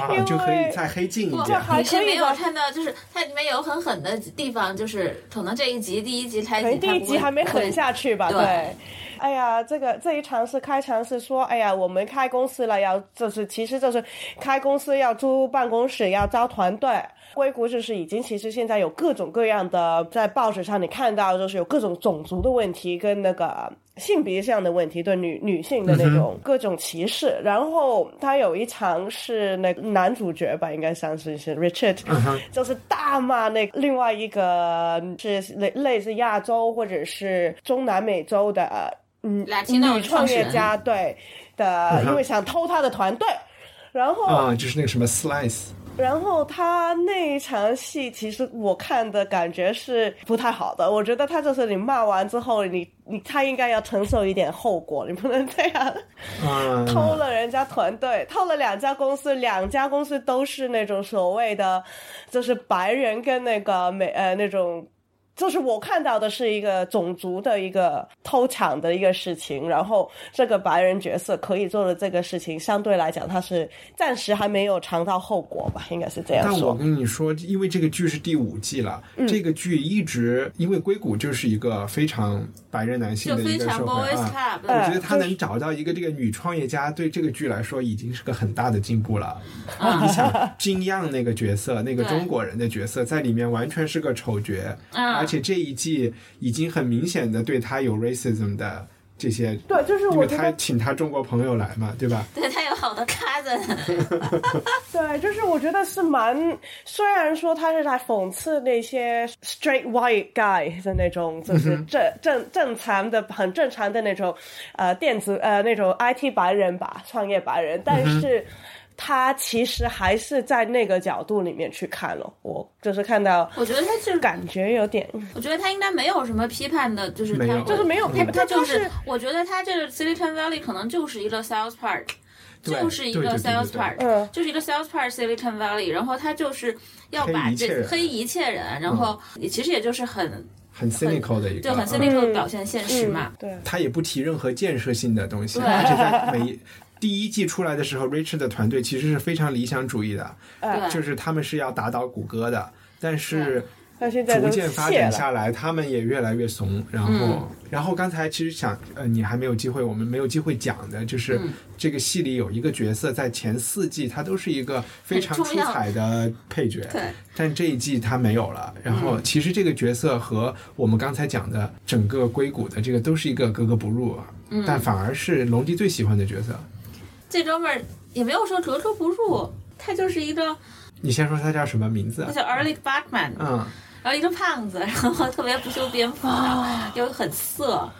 A: 啊，就可以再黑近一
B: 这
A: 点。
B: 还
D: 你是
B: 可以
D: 没有
B: 吧？
D: 看到，就是它里面有很狠的地方，就是可能这一集第一集开
B: 可
D: 集，
B: 能第一集还没狠下去吧，
D: 对
B: 对。哎呀，这个这一场是开场是说，哎呀，我们开公司了，要就是其实就是开公司要租办公室，要招团队。硅谷就是已经其实现在有各种各样的，在报纸上你看到就是有各种种族的问题跟那个性别上的问题，对女女性的那种各种歧视。然后他有一场是那个男主角吧，应该算是是 Richard，、就是 [LAUGHS] 大骂那另外一个是类类似亚洲或者是中南美洲的嗯
D: 来听到
B: 女创业家对的，因为想偷他的团队。然后，
A: 啊，就是那个什么 slice，
B: 然后他那一场戏，其实我看的感觉是不太好的。我觉得他就是你骂完之后，你你他应该要承受一点后果，你不能这样。
A: 啊，
B: 偷了人家团队，偷了两家公司，两家公司都是那种所谓的，就是白人跟那个美呃那种，就是我看到的是一个种族的一个偷抢的一个事情，然后这个白人角色可以做的这个事情，相对来讲他是暂时还没有尝到后果吧，应该是这样
A: 但我
B: 说。
A: 跟你说，因为这个剧是第五季了，
B: 嗯
A: 这个剧一直因为硅谷就是一个非常白人男性
D: 就
A: 的一
D: 非
A: 个
D: 常
A: 社会
D: boys
A: 啊。
D: club
A: 我
B: 嗯
D: 的。
A: 觉得他能找到一个这个女创业家，对这个剧来说已经是个很大的进步了。你想金样那个角
D: [LAUGHS]
A: 色，那个
D: 对
A: 中国人的角色在里面完全是个丑角，
D: 啊
A: 而且这一季已经很明显的对他有 racism 的这些，
B: 对就是我
A: 因为
B: 觉得
A: 他请他中国朋友来嘛，对吧？
D: 对，他有好多
B: [LAUGHS]
D: cousin，
B: 对，就是我觉得是蛮，虽然说他是在讽刺那些 straight white guy 的那种，
D: 嗯
B: 就是正正正常的、很正常的那种，呃，电子呃那种 IT 白人吧，创业白人，
D: 嗯
B: 但是。他其实还是在那个角度里面去看了，我就是看到，
D: 我觉得他就是
B: 感觉有点，
D: 我觉得他应该没有什么批判的，就是
A: 没
D: 他
A: 有
B: 就是没有，
D: 他他
B: 就
D: 就是，我觉得他这个 Silicon Valley 可能就是一个 sales part，
A: 对
D: 就是一
A: 对
D: 个
A: 对对
D: sales
A: 对
D: part，
B: 嗯
D: 就是一个 sales part Silicon Valley，然后他就是要把
A: 黑一切
D: 这
A: 人
D: 黑一切人，然后其实也就是很
A: 很 cynical 的一个，
D: 就很
A: 嗯
D: cynical 地表现现实
B: 嗯
D: 嘛。
B: 对，
A: 他也不提任何建设性的东西，
D: 对
A: 而且在每第一季出来的时候，Richard 的团队其实是非常理想主义的，
D: 对
A: 就是他们是要打倒谷歌的，但是
B: 他现在
A: 逐
B: 都
A: 渐发
B: 谢
A: 展
B: 了，
A: 下来，他们也越来越怂。然后，
D: 嗯
A: 然后刚才其实想，呃，你还没有机会，我们没有机会讲的，就是
D: 嗯
A: 这个戏里有一个角色，在前四季他都是一个非常
D: 很
A: 出
D: 重要
A: 彩的配角，
D: [LAUGHS] 对，嗯
A: 但这一季他没有了。然后，其实这个角色和我们刚才讲的整个硅谷的这个都是一个格格不入，啊
D: 嗯
A: 但反而是龙迪最喜欢的角色。
D: 这哥们儿也没有说格格不入，他就是一个
A: 你先说他叫什么名字啊
D: 他？叫 Early Bachman，
A: 嗯，
D: 然后一个胖子，然后特别不修边幅
A: 哦
D: 的，又很色，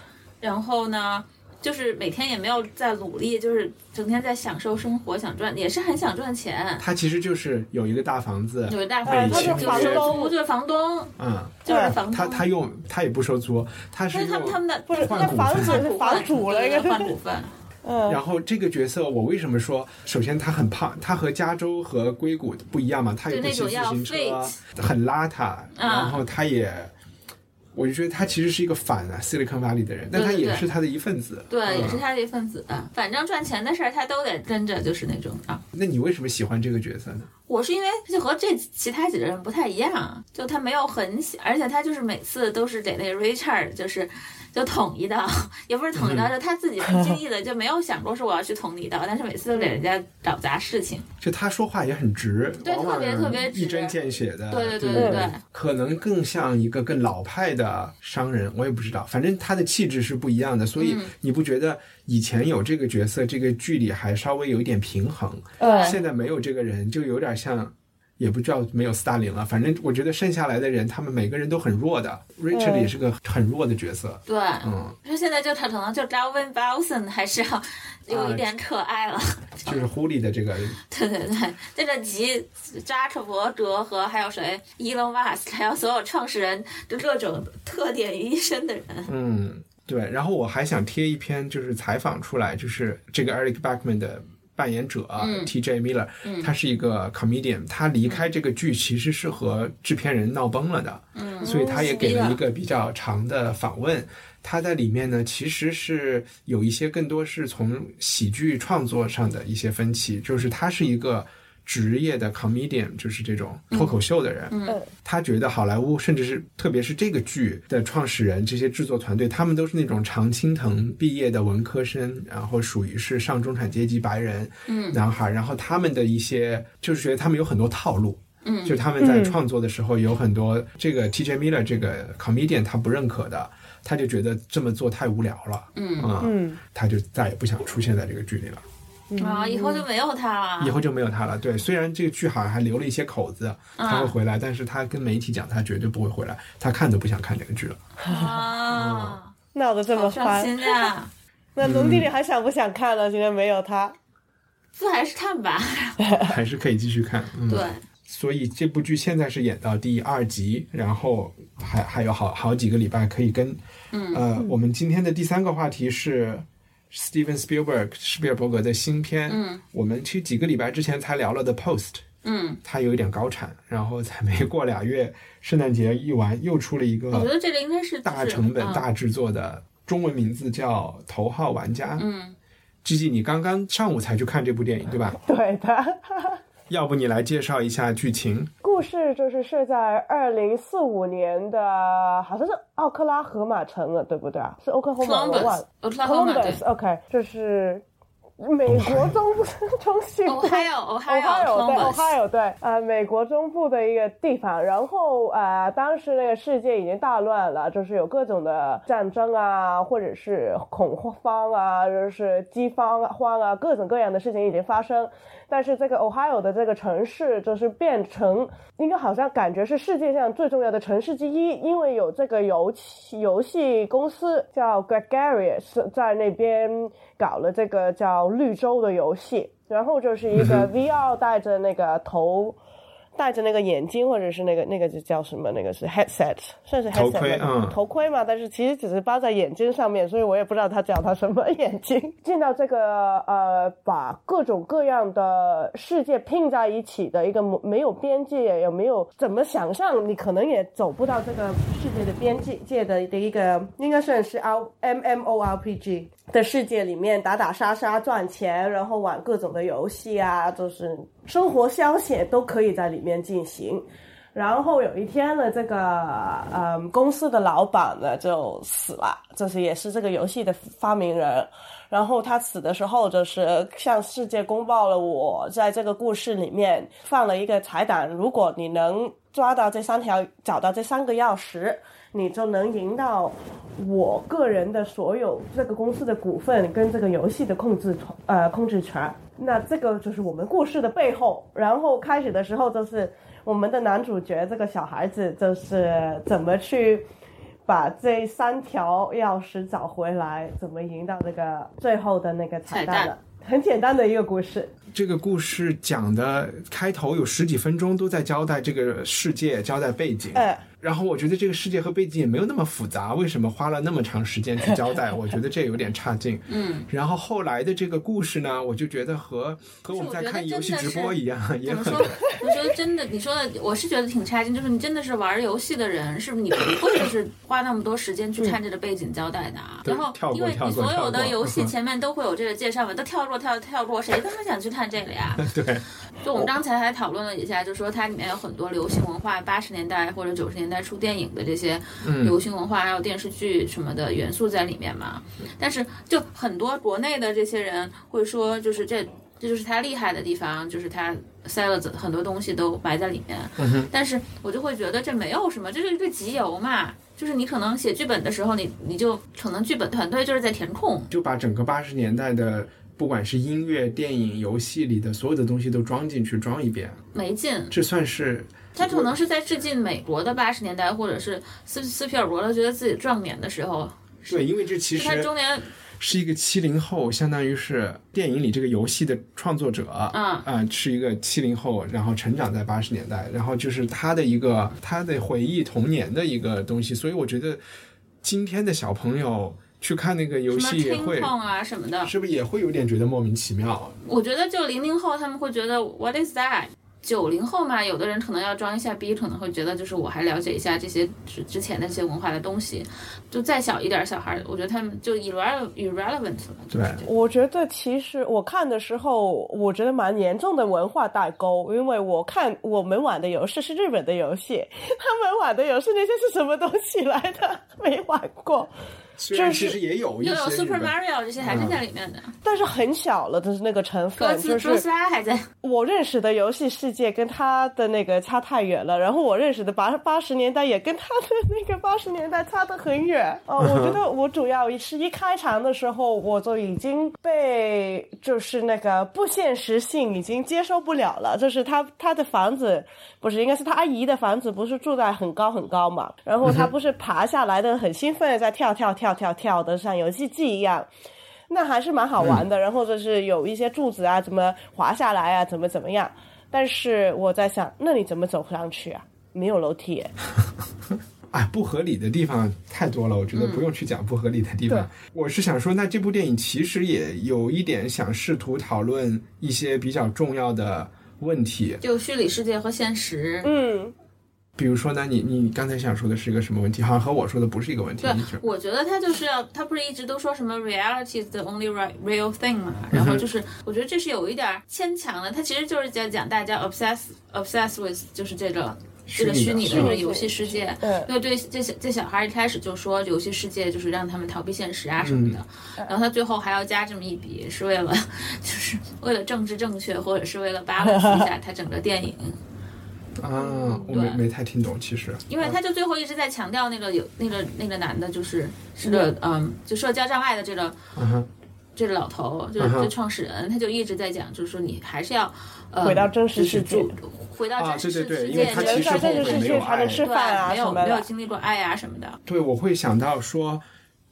D: 然后呢，就是每天也没有在努力，就是整天在享受生活，想赚，也是很想赚钱。
A: 他其实就是有一个大房子，
D: 有一大
A: 哎
D: 房
A: 他
D: 子，
A: 是
D: 就是
A: 房
B: 东
D: 就是房东，
A: 嗯，
D: 就是房东。
A: 他他用他也不收租，他
D: 但
A: 是
D: 是他们
A: 用
D: 他们的
B: 不是
D: 他
A: 换股
B: 那
D: 们的
B: 房
A: 份
B: 子是
D: 换
B: 房主了，
D: 对
B: 应该
D: [LAUGHS] 对
B: 是
D: 换股份。
A: 然后这个角色，我为什么说，首先他很胖，他和加州和硅谷不一样嘛，他也不骑自
D: 就那种
A: 行
D: 要嗯
A: 车，啊很邋遢，然后他也，我就觉得他其实是一个反啊 Silicon Valley 的人，但他
D: 对对对
A: 也是他的一份子。
D: 对，也是
A: 嗯。
D: 他的一份子的。反正赚钱的事儿他都得跟着，就是那种啊。
A: 那你为什么喜欢这个角色呢？
D: 我是因为就和这其他几个人不太一样，就他没有很喜，而且他就是每次都是给那个 Richard 就是就捅一刀，也不是捅一
A: 嗯
D: 刀，就他自己不经意的就没有想过说我要去捅你一刀，但是每次都给人家搞砸事情。
A: 就他说话也很直，
D: 对
A: 往往
D: 特别特别直
A: 一针见血的。
D: 对对对
A: 对
D: 对对
A: 可能更像一个更老派的商人，我也不知道，反正他的气质是不一样的，所
D: 嗯
A: 以你不觉得以前有这个角色，这个剧里还稍微有一点平衡，
B: 嗯
A: 现在没有这个人，就有点像。也不叫没有斯大林了，反正我觉得剩下来的人，他们每个人都很弱的。Richard
B: 嗯
A: 也是个很弱的角色，
D: 对，
A: 嗯，啊
D: 说现在就他可能就 Galvin Bowson 还是要有一点可爱了。 [LAUGHS]
A: 就是狐狸的这个
D: 对对对，这个集扎克伯格和还有谁伊隆马斯，还有所有创始人，就各种特点于一身的人。
A: 嗯，对，然后我还想贴一篇就是采访出来，就是这个 Eric Bachman 的扮演者、T.J.
B: 嗯
A: Miller，、他是一个 comedian，他离开这个剧其实是和制片人闹崩了的，
B: 嗯
A: 所以他
B: 哦
A: 也给了一个比较长的访问。他在里面呢，其实是有一些更多是从喜剧创作上的一些分歧，就是他是一个职业的 comedian，就是这种脱口秀的人。
B: 嗯
A: 他觉得好莱坞，甚至是特别是这个剧的创始人、这些制作团队，他们都是那种常青藤毕业的文科生，然后属于是上中产阶级白人男孩，然后他们的一些就是觉得他们有很多套路。嗯，就是他们在
B: 嗯
A: 创作的时候有很多这个 T.J. Miller 这个 comedian 他不认可的，他就觉得这么做太无聊了，嗯
B: 嗯
A: 他就再也不想出现在这个剧里了，
D: 啊，以后就没有他
A: 嗯以
D: 了。
A: 后就没有他了。对，虽然这个剧好像还留了一些口子，他会回来，但是他跟媒体讲他绝对不会回来，他看都不想看这个剧了。嗯
D: 啊，
B: [LAUGHS] 闹得这么
D: 好伤
B: 欢。
D: 心啊呀！
B: 那龙
A: 嗯
B: 弟弟还想不想看呢？今天没有他，
D: 就还是看吧。
A: 还是可以继续看。嗯，
D: 对，
A: 所以这部剧现在是演到第二集，然后还还有好好几个礼拜可以跟。嗯，呃，我们今天的第三个话题是 Steven Spielberg 施皮尔伯格的新片。嗯，我们其实几个礼拜之前才聊了 The Post。
D: 嗯，
A: 它有一点高产，然后才没过俩月，圣诞节一完又出了一个。
D: 我觉得这个应该是
A: 大
D: 就是
A: 成本、
D: 嗯
A: 大制作的，中文名字叫《头号玩家》。嗯，G G，你刚刚上午才去看这部电影，对吧？
B: 对的。
A: 要不你来介绍一下剧情？
B: 故事就是是在二零四五年的，好像是奥克拉荷马城了，对不对啊？是奥克荷马，我忘
D: Columbus
B: 了。
D: Oklahoma 对
B: Columbus，OK，就是美国中 [LAUGHS] 中西部
D: Ohio Ohio
B: Ohio 对
D: Columbus
B: Ohio 对，呃，美国中部的一个地方。然后呃，当时那个世界已经大乱了，就是有各种的战争啊，或者是恐慌啊，就是饥荒荒啊，各种各样的事情已经发生。但是这个 Ohio 的这个城市就是变成，应该好像感觉是世界上最重要的城市之一，因为有这个游戏游戏公司叫 Gregarious 在那边搞了这个叫绿洲的游戏，然后就是一
A: 嗯
B: 个 VR 戴着那个头。戴着那个眼镜，或者是那个那个就叫什么？那个是 headset，算是 headset
A: 头盔
B: 吗
A: 嗯
B: 头盔嘛，但是其实只是包在眼睛上面，所以我也不知道他叫他什么眼睛。进到这个呃，把各种各样的世界拼在一起的一个没没有边界，也没有怎么想象，你可能也走不到这个世界的边界界的的一个，应该算是 R M M O R P G 的世界里面打打杀杀赚钱，然后玩各种的游戏啊，就是生活消遣都可以在里面进行。然后有一天呢，这个呃公司的老板呢就死了，就是也是这个游戏的发明人。然后他死的时候，就是向世界公报了我在这个故事里面放了一个彩蛋，如果你能抓到这三条，找到这三个钥匙，你就能赢到我个人的所有这个公司的股份跟这个游戏的控制权，呃控制权。那这个就是我们故事的背后。然后开始的时候就是我们的男主角这个小孩子，就是怎么去把这三条钥匙找回来，怎么赢到那个最后的那个彩蛋
D: 彩
B: 了
D: 蛋。
B: 很简单的一个故事，
A: 这个故事讲的开头有十几分钟都在交代这个世界，交代背景。
B: 哎
A: 然后我觉得这个世界和背景也没有那么复杂，为什么花了那么长时间去交代？我觉得这有点差劲。嗯。然后后来的这个故事呢，我就觉得和和我们在看游戏直播一样，也
D: 怎么
A: 很
D: 说？我觉得真的，你说的，我是觉得挺差劲。就是你真的是玩游戏的人，是不是你不会就是花那么多时间去看这个背景交代的啊？
A: 对
D: 然后
A: 跳，过
D: 因为
A: 跳
D: 你
A: 过
D: 所有
A: 跳
D: 的
A: 过 [LAUGHS]
D: 游戏前面都会有这个介绍嘛，都跳过，跳跳过，谁他妈想去看这个呀？
A: 对。
D: 就我们刚才还讨论了一下，就说它里面有很多流行文化，八十年代或者九十年代初电影的这些流行文化，还有电视剧什么的元素在里面嘛。但是就很多国内的这些人会说，就是这这就是他厉害的地方，就是他塞了很多东西都埋在里面。但是我就会觉得这没有什么，这是一个集邮嘛。就是你可能写剧本的时候你，你就可能剧本团队就是在填空，
A: 就把整个八十年代的，不管是音乐、电影、游戏里的所有的东西都装进去，装一遍，
D: 没劲。
A: 这算是
D: 他可能是在致敬美国的八十年代，或者是斯斯皮尔伯格觉得自己壮年的时候，
A: 对，因为这其实
D: 他中年
A: 是一个七零后，相当于是电影里这个游戏的创作者，
D: 嗯
A: 啊、是一个七零后，然后成长在八十年代，然后就是他的一个他的回忆童年的一个东西，所以我觉得今天的小朋友。去看那个游戏也
D: 什么
A: 会
D: ping，pong 啊什么的。
A: 是不是也会有点觉得莫名其妙？
D: 我觉得就零零后他们会觉得 What is that？九零后嘛，有的人可能要装一下逼，可能会觉得就是我还了解一下这些之之前的这些文化的东西。就再小一点儿小孩儿，我觉得他们就 irrelevant irrelevant 了。就是
A: 对
D: 这样
B: 我觉得其实我看的时候，我觉得蛮严重的文化代沟，因为我看我们玩的游戏是日本的游戏，他们玩的游戏那些是什么东西来的？ [LAUGHS] 没玩过，
A: 虽然其
B: 是
A: 实也有一
D: 又
A: 些
D: 有 Super
A: 日本嗯
D: Mario 这些还是在里面的，
B: 但是很小了，就是那个成
D: 哥
B: 分，
D: 斯
B: 就是
D: 哥斯拉还在。
B: 我认识的游戏世界跟他的那个差太远了，然后我认识的八八十年代也跟他的那个 [LAUGHS] 八十年代差得很远。哦，我觉得我主要是一开场的时候我就已经被就是那个不现实性已经接受不了了，就是他他的房子不是应该是他阿姨的房子，不是住在很高很高嘛，然后他不是爬下来的很兴奋地在跳跳跳跳跳的像游戏机一样。那还是蛮好玩的。然后就是有一些柱子啊，怎么滑下来啊，怎么怎么样。但是我在想，那你怎么走上去啊？没有楼梯耶，
A: 啊，不合理的地方太多了，我
D: 嗯
A: 觉得不用去讲不合理的地方。
B: 对
A: 我是想说，那这部电影其实也有一点想试图讨论一些比较重要的问题，
D: 就虚拟世界和现实。
B: 嗯，
A: 比如说呢，你你刚才想说的是一个什么问题？好像和我说的不是一个问题
D: 对。
A: 你觉，得
D: 我觉得他就是要，他不是一直都说什么 reality is the only ri- real thing 嘛？然后就是，我觉得这是有一点儿牵强的。他其实就是在讲大家 obsess obsess with 就是这个这个虚拟的
A: 虚
D: 这
A: 拟
D: 个
A: 的
D: 游戏世界。
B: 嗯
D: 因为对这小这小孩儿一开始就说游戏世界就是让他们逃避现实啊什么的，然后他最后还要加这么一笔，是为了 [LAUGHS] 就是为了政治正确，或者是为了 balance 一下他整个电影。
A: 啊，我没
D: 嗯对
A: 没太听懂，其实。
D: 因为他就最后一直在强调那个有那个那个男的，就是是个嗯，就社交障碍的这个
A: 嗯哼，
D: 这个老头，就是
A: 嗯哼
D: 这创始人，他就一直在讲，就是说你还是要呃
B: 回到真实世界
D: 就是住回到
A: 啊，对
D: 真实
A: 对
D: 世
A: 对，
D: 界，
A: 因为他
D: 你
A: 其
B: 人
A: 实
B: 在
A: 后
B: 这
A: 悔
B: 个世
A: 没
B: 界
A: 有
B: 才能
A: 爱。
B: 吃饭啊
D: 对没有
B: 什么的
D: 没有经历过爱啊什么的，
A: 对，我会想到说，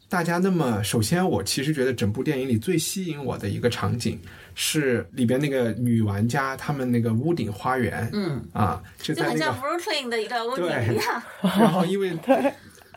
A: 大家那么首先，我其实觉得整部电影里最吸引我的一个场景是里边那个女玩家他们那个屋顶花园，嗯啊，就
D: 就
A: 在
D: 很
A: 那
D: 像
A: 个，
D: Brooklyn 的一个屋顶
A: 对
D: 一样。
A: [LAUGHS] 然后因为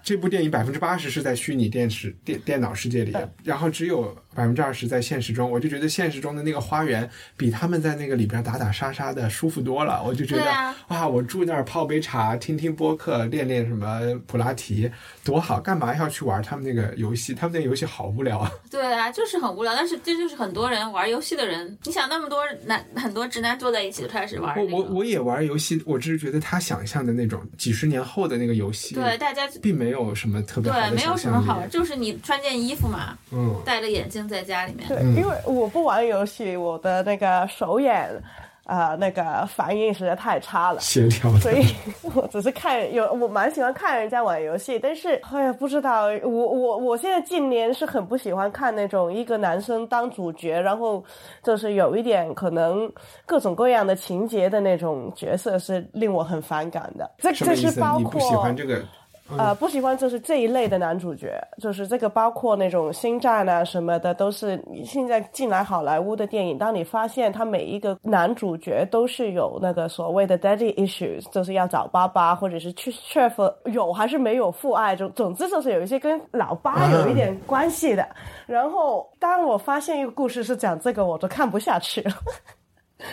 A: 这部电影百分之八十是在虚拟电视电电脑世界里，然后只有百分之二十在现实中，我就觉得现实中的那个花园比他们在那个里边打打杀杀的舒服多了，我就觉得
D: 对啊
A: 哇，我住那儿泡杯茶，听听播客，练练什么普拉提，多好！干嘛要去玩他们那个游戏？他们那游戏好无聊啊！
D: 对啊，就是很无聊，但是这就是很多人玩游戏的人。你想那么多男很多直男坐在一起就开始玩
A: 我
D: 那
A: 我
D: 个，
A: 我也玩游戏，我只是觉得他想象的那种几十年后的那个游戏，
D: 对，大家
A: 并没有什么特别好
D: 对
A: 的
D: 没
A: 想
D: 有什么
A: 象
D: 好玩，
A: 力。
D: 就是你穿件衣服嘛，
A: 嗯，
D: 戴着眼镜在家里面。
B: 对，因为我不玩游戏，我的那个手眼啊、呃那个反应实在太差了。
A: 协调的。
B: 所
D: [LAUGHS]
B: 以 [LAUGHS] 我只是看有，我蛮喜欢看人家玩游戏，但是哎呀，不知道我我我现在近年是很不喜欢看那种一个男生当主角，然后就是有一点可能各种各样的情节的那种角色是令我很反感的。这
A: 什么
B: 这
A: 意
B: 是
A: 思？
B: 包
A: 你
B: 括
A: 不喜欢这个？
B: 呃，不喜欢就是这一类的男主角，就是这个包括那种星战啊什么的，都是你现在进来好莱坞的电影，当你发现他每一个男主角都是有那个所谓的 daddy issues，就是要找爸爸，或者是去 chef 有还是没有父爱，总总之就是有一些跟老爸有一点关系的。然后当我发现一个故事是讲这个，我都看不下去了。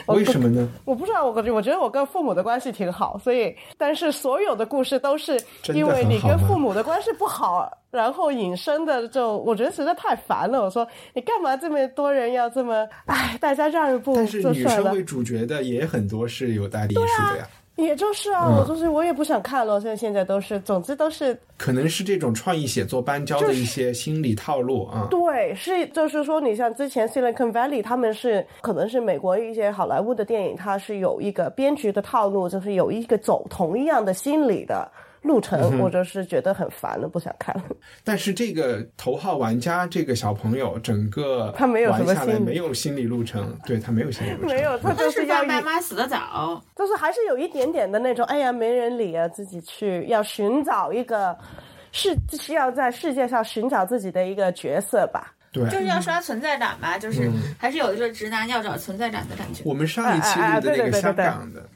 B: 我
A: 为什么呢？
B: 我不知道，我我觉得我跟父母的关系挺好，所以但是所有的故事都是
A: 真的
B: 因为你
A: 很好
B: 跟
A: 吗
B: 父母的关系不好，然后引申的就我觉得实在太烦了。我说你干嘛这么多人要这么哎，大家让一步
A: 但是
B: 就
A: 女
B: 算
A: 生
B: 了
A: 为。主角的也很多是有代理艺术的呀，
B: 也就是啊，我就是我也不想看了，所以现在都是，总之都是
A: 可能是这种创意写作班教的一些心理套路啊。
B: 对，是就是说，你像之前 Silicon Valley，他们是可能是美国一些好莱坞的电影，它是有一个编剧的套路，就是有一个走同一样的心理的路程，
A: 嗯
B: 我就是觉得很烦了，不想看了。
A: 但是这个头号玩家这个小朋友，整个
B: 他没有什
A: 玩
B: 么
A: 下来
B: 心理
A: 没有心理路程，对他没有心理路程，
B: 没有，他 [LAUGHS] 就
D: 但
B: 是
D: 是
B: 要
D: 爸
B: 以
D: 爸妈妈死得早，
B: 就是还是有一点点的那种，哎呀，没人理啊，自己去要寻找一个是是要在世界上寻找自己的一个角色吧。
D: 就
A: 对。啊
D: 是要刷存在感吧，就是还是有一个直男要找存在感的感觉。
A: 嗯我们上一期录的
B: 哎哎哎
A: 那
B: 对对
A: 个
B: 对
A: 香
B: 对对
A: 港的。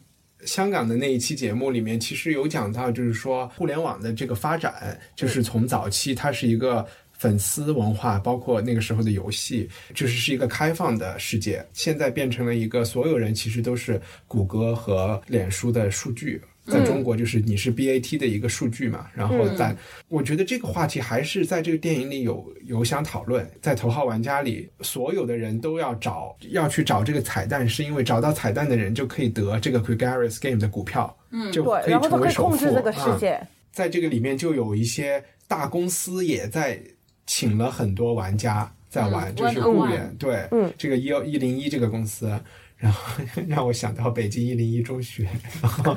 A: 香港的那一期节目里面，其实有讲到，就是说互联网的这个发展，就是从早期它是一个粉丝文化，包括那个时候的游戏，就是是一个开放的世界。现在变成了一个所有人其实都是谷歌和脸书的数据。在中国，就是你是 BAT 的一个数据嘛，然后在，我觉得这个话题还是在这个电影里有有想讨论，在头号玩家里，所有的人都要找要去找这个彩蛋，是因为找到彩蛋的人就可以得这个 Gregarious Game 的股票，嗯，就可
B: 对，
A: 以
B: 然后
A: 成
B: 都可
A: 为
B: 以
A: 首
B: 控
A: 富
B: 制这个世
A: 啊。
B: 界。
A: 在这个里面就有一些大公司也在请了很多玩家在玩，
D: 嗯
A: 就是雇员对，
B: 嗯
A: 这个一一零一这个公司，然后 [LAUGHS] 让我想到北京一零一中学，然后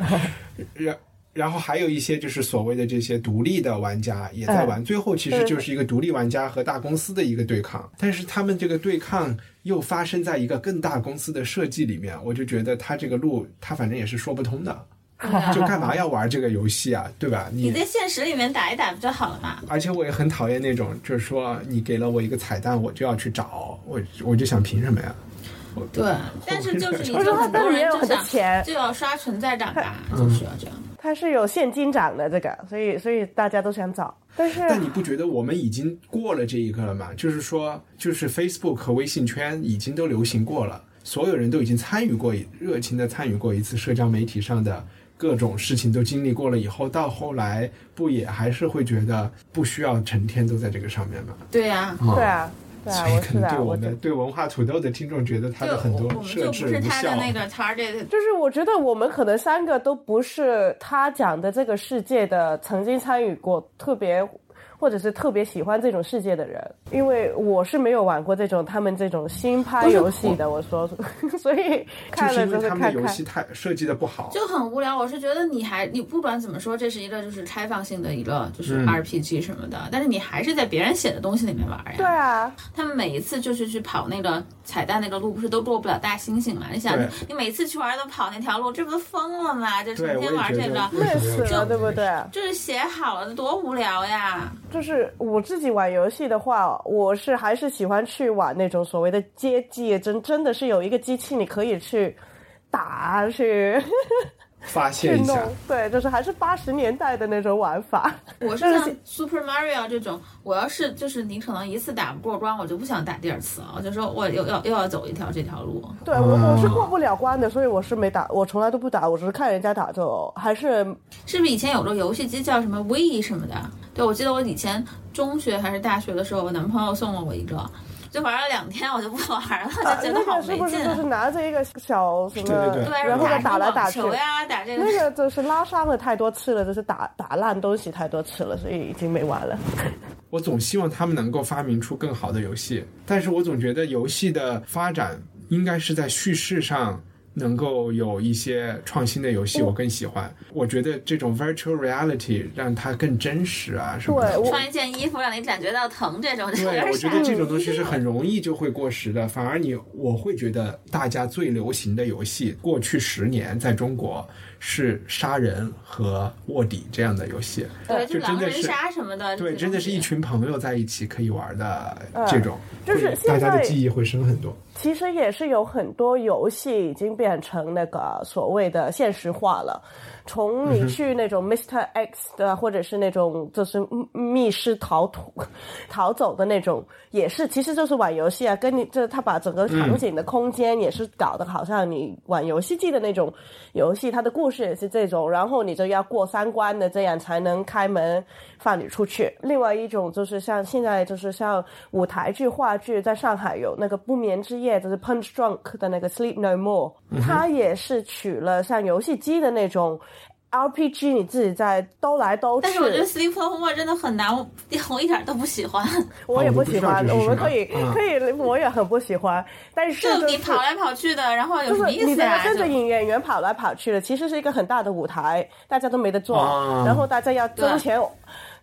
A: 然。然后还有一些就是所谓的这些独立的玩家也在玩，最后其实就是一个独立玩家和大公司的一个对抗，但是他们这个对抗又发生在一个更大公司的设计里面，我就觉得他这个路他反正也是说不通的，就干嘛要玩这个游戏啊，对吧？
D: 你在现实里面打一打不就好了嘛？
A: 而且我也很讨厌那种，就是说你给了我一个彩蛋，我就要去找，我我就想凭什么呀？我
D: 对，但是就是你
B: 我说
D: 就
B: 他
D: 很多
B: 当时也
D: 人
B: 有
D: 就
B: 很多
D: 想
B: 钱，
D: 就要刷存在感吧，
A: 嗯
D: 就是要这样。
B: 他是有现金奖的这个，所以所以大家都想找，但是
D: 啊
A: 但你不觉得我们已经过了这一个了吗？就是说，就是 Facebook 和微信圈已经都流行过了，所有人都已经参与过一，热情的参与过一次社交媒体上的各种事情都经历过了以后，到后来不也还是会觉得不需要成天都在这个上面吗？
D: 对呀、
B: 对啊。对啊，
A: 嗯所以
B: 我
A: 可
B: 是
A: 能
B: 的，
A: 对
B: 我
A: 我
B: 觉
A: 们对文化土豆的听众觉得他
D: 就
A: 的很
D: 我
A: 多
D: 我们
A: 设
D: 就
A: 置
D: 不是
A: 无
D: 他
A: 效
D: 的。那个 target
B: 就是我觉得我们可能三个都不是他讲的这个世界的曾经参与过特别。或者是特别喜欢这种世界的人，因为我是没有玩过这种他们这种新拍游戏的，我说， [LAUGHS] 所以看
A: 就是
B: 了
A: 因
B: 就
A: 为
B: 是
A: 他们
B: 看
A: 的
B: 看。
A: 游戏太设计的不好，
D: 就很无聊。我是觉得你还你不管怎么说，这是一个就是开放性的一个就是
A: 嗯
D: RPG 什么的，但是你还是在别人写的东西里面玩呀。
B: 对啊，
D: 他们每一次就是去跑那个彩蛋那个路，不是都过不了大猩猩嘛？你想
A: 对，
D: 你每次去玩都跑那条路，这不疯了吗？就成
A: 对，我也
D: 天玩
A: 觉
D: 这
A: 得
D: 个，
A: 为
B: 累
A: 什么要
B: 死
A: 这
B: 了，
A: 样
B: 对不对？啊
D: 就是写好了的多无聊呀！
B: 就是我自己玩游戏的话，我是还是喜欢去玩那种所谓的街机，真真的是有一个机器你可以去打去
A: 发
B: 去
A: 泄一
B: 弄
A: 下？，
B: 对，就是还是八十年代的那种玩法。 [LAUGHS]
D: 我是像 Super Mario 这种，我要是就是你可能一次打不过关，我就不想打第二次了，我就说我又要又要走一条这条路。
B: 对我我是过不了关的，所以我是没打，我从来都不打，我只是看人家打就还是
D: 是不是以前有个游戏机叫什么 We 什么的？对，我记得我以前中学还是大学的时候，我男朋友送了我一个，就玩了两天，我就不玩了，就觉
B: 哎那
D: 得好
B: 个是
D: 没
B: 不
D: 劲
B: 是
D: 啊
B: 就是。拿着一个小什么，
A: 对对
D: 对，
B: 然后再打来打去
D: 什么网球。呀，打这个
B: [LAUGHS] 那个就是拉伤了太多次了，就是打打烂东西太多次了，所以已经没玩了。
A: 我总希望他们能够发明出更好的游戏，但是我总觉得游戏的发展应该是在叙事上能够有一些创新的游
B: 嗯
A: 戏，我更喜欢。我觉得这种 virtual reality 让它更真实啊什
B: 对
A: 么的。
B: 我
D: [LAUGHS] 穿一件衣服让你感觉到疼这
B: [LAUGHS]
D: 种，就有
A: 对，
D: 点
A: 我觉
D: 傻。
A: 得这种东西是很容易就会过时的。反而你，我会觉得大家最流行的游戏，过去十年在中国是杀人和卧底这样的游戏。
D: 对，
A: 就真
D: 狼
A: 的
D: 人
A: 是
D: 杀什么
B: 嗯
D: 的，
A: 对，
D: 这种
A: 真的是一
D: 东西
A: 群朋友在一起可以玩的这种，
B: 就是
A: 会大
B: 现
A: 家的
B: 在
A: 记忆会深很多。
B: 其实也是有很多游戏已经变成那个所谓的现实化了，从你去那种 Mr. X 的，或者是那种就是密室逃脱、 [LAUGHS] 逃走的那种，也是其实就是玩游戏啊，跟你就是他把整个场景的空间也是搞得好像你玩游戏机的那种游戏，它的故事也是这种，然后你就要过三关的，这样才能开门放你出去。另外一种就是像现在就是像舞台剧、话剧，在上海有那个《不眠之夜》，就是 Punch Drunk 的那个 Sleep No More，它
A: 嗯
B: 也是取了像游戏机的那种 RPG，你自己在兜来兜去。
D: 但是我觉得 Sleep No More 真的很难，我我一点都不
B: [LAUGHS]
D: 喜欢。
B: 我也
A: 哦我
B: 不
A: 不
B: 喜
A: 知道
B: 欢，
A: 这是
B: 我们
A: 什么
B: 可以、
A: 嗯
B: 可以，我也很不喜欢。但是
D: 就
B: 就
D: 你
B: 是
D: 跑来跑去的，然后有
B: 就
D: 什么
B: 是
D: 意
B: 你
D: 思
B: 怎么
D: 啊？
B: 跟着
D: 就
B: 演演员跑来跑去的，其实是一个很大的舞台，大家都没得坐，
A: 啊
B: 然后大家要争前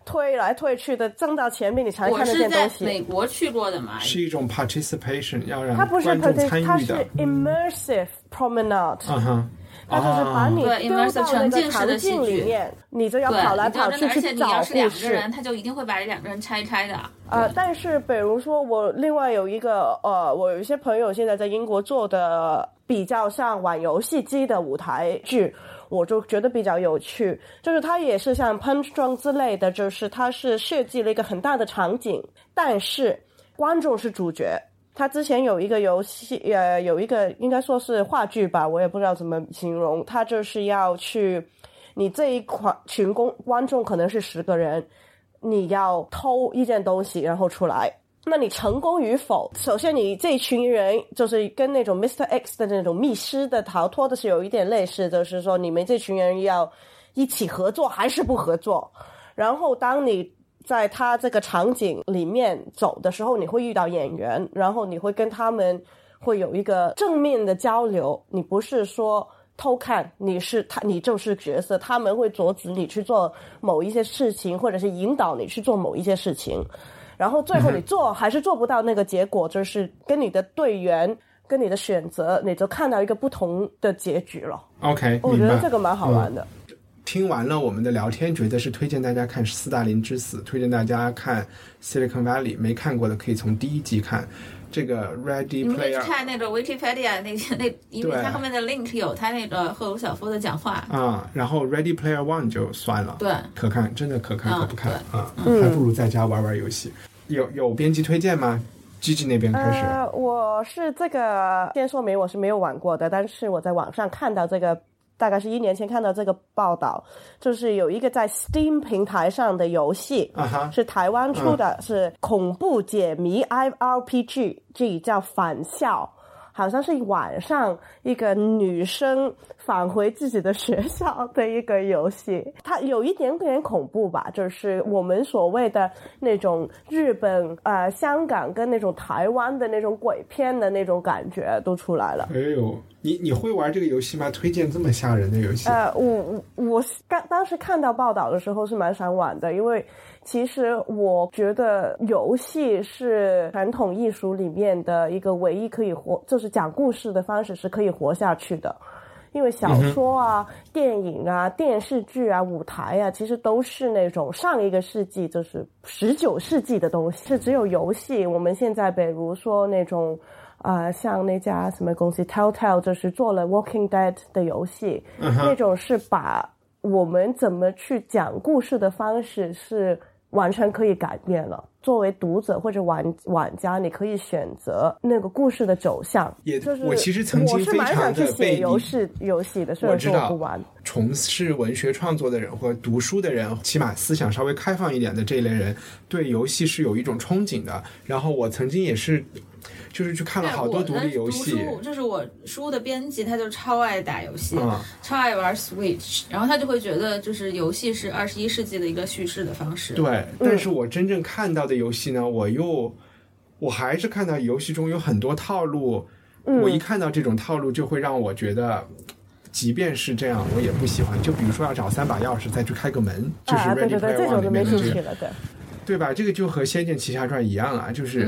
B: 推来推去的，争到前面你才
D: 我
B: 看得
D: 是
B: 见东
D: 在美
B: 西。
D: 国去过的嘛，
A: 是一种 participation，要让
B: 哎它不是
A: 观众参
B: partic- 它
A: 与
B: 是
A: 的。
B: immersive promenade，、
A: 嗯哼，
B: 它就是把你
D: 哦对
B: 丢到那
D: ，immersive 沉
B: 个
D: 浸式的
B: 场
D: 戏
B: 景里
D: 剧
B: 面，你就要
D: 对，
B: 跑来
D: 你就
B: 跑去
D: 真的，而且
B: 去
D: 你
B: 找
D: 要是
B: 故
D: 两个
B: 事
D: 人，。他就一定会把这两个人拆开
A: 啊
D: 的。
B: 呃，但是比如说我另外有一个呃，我有一些朋友现在在英国做的比较像玩游戏机的舞台剧，我就觉得比较有趣。就是它也是像 Punch Drunk 之类的，就是它是设计了一个很大的场景，但是观众是主角。他之前有一个游戏，呃，有一个应该说是话剧吧，我也不知道怎么形容，他就是要去，你这一款群公观众可能是十个人，你要偷一件东西，然后出来。那你成功与否，首先你这群人就是跟那种 Mr. X 的那种密室的逃脱的是有一点类似，就是说你们这群人要一起合作还是不合作。然后当你在他这个场景里面走的时候，你会遇到演员，然后你会跟他们会有一个正面的交流。你不是说偷看，你是他，你就是角色，他们会阻止你去做某一些事情，或者是引导你去做某一些事情。然后最后你做还是做不到那个结果，就是跟你的队员、跟你的选择，你就看到一个不同的结局了。哦
A: OK，
B: 我
A: 明
B: 觉得
A: 白
B: 这个蛮好玩的。
A: 听完了我们的聊天，觉得是推荐大家看《斯大林之死》，推荐大家看《Silicon Valley》，没看过的可以从第一集看。这个 Ready
D: 你们可以去
A: Player
D: 看那个 Wikipedia 那个那，因为
A: 对
D: 它后面的 link 有他那个赫鲁晓夫的讲话。
B: 嗯
A: 啊、然后 Ready Player One 就算了，
D: 对，
A: 可看，真的可看
D: 嗯
A: 可不看啊、还不如在家玩玩游戏。有有编辑推荐吗？Gigi 那边开始。
B: 呃，我是这个先说明我是没有玩过的，但是我在网上看到这个，大概是一年前看到这个报道，就是有一个在 Steam 平台上的游戏，
A: 啊哈嗯
B: 是台湾出的，是恐怖解谜 RPG，G 叫返校。好像是晚上一个女生返回自己的学校的一个游戏，它有一点点恐怖吧，就是我们所谓的那种日本、呃香港跟那种台湾的那种鬼片的那种感觉都出来了。
A: 哎呦，你你会玩这个游戏吗？推荐这么吓人的游戏？
B: 呃，我我我是刚当时看到报道的时候是蛮想玩的，因为其实我觉得游戏是传统艺术里面的一个唯一可以活，就是讲故事的方式是可以活下去的。因为
A: 嗯
B: 小说啊、电影啊、电视剧啊、舞台啊，其实都是那种上一个世纪，就是十九世纪的东西。是只有游戏，我们现在比如说那种，啊，像那家什么公司 Telltale，就是做了《Walking Dead》的游戏，
A: 嗯
B: 那种是把我们怎么去讲故事的方式是完全可以改变了。作为读者或者玩玩家，你可以选择那个故事的走向。
A: 也
B: 就是
A: 我其实曾经
B: 我是
A: 非
B: 蛮
A: 常
B: 想去
A: 地被
B: 写
A: 你
B: 游戏游戏的，虽
A: 我
B: 然
A: 知
B: 说我
A: 道
B: 不玩。
A: 从事文学创作的人或者读书的人，起码思想稍微开放一点的这一类人，对游戏是有一种憧憬的。然后我曾经也是，就是去看了
D: 但
A: 好
D: 我
A: 多独
D: 呢
A: 立游
B: [LAUGHS]
A: 戏
D: 读书就是我书的编辑，他就超爱打游戏，
A: 啊、
D: 超爱玩 Switch，然后他就会觉得就是游戏是二十一世纪的一个叙事的方式。
A: 对，但是我真正看到的游戏呢，我又我还是看到游戏中有很多套路，我一看到这种套路就会让我觉得。即便是这样，我也不喜欢。就比如说要找三把钥匙再去开个门，就是
B: 啊，对
A: Ready
B: 对对，
A: Player
B: 这
A: One
B: 种
A: 里
B: 就没
A: 面的
B: 兴
A: 这个
B: 趣了，对。
A: 对吧？这个就和《仙剑奇侠传》一样啊，就是，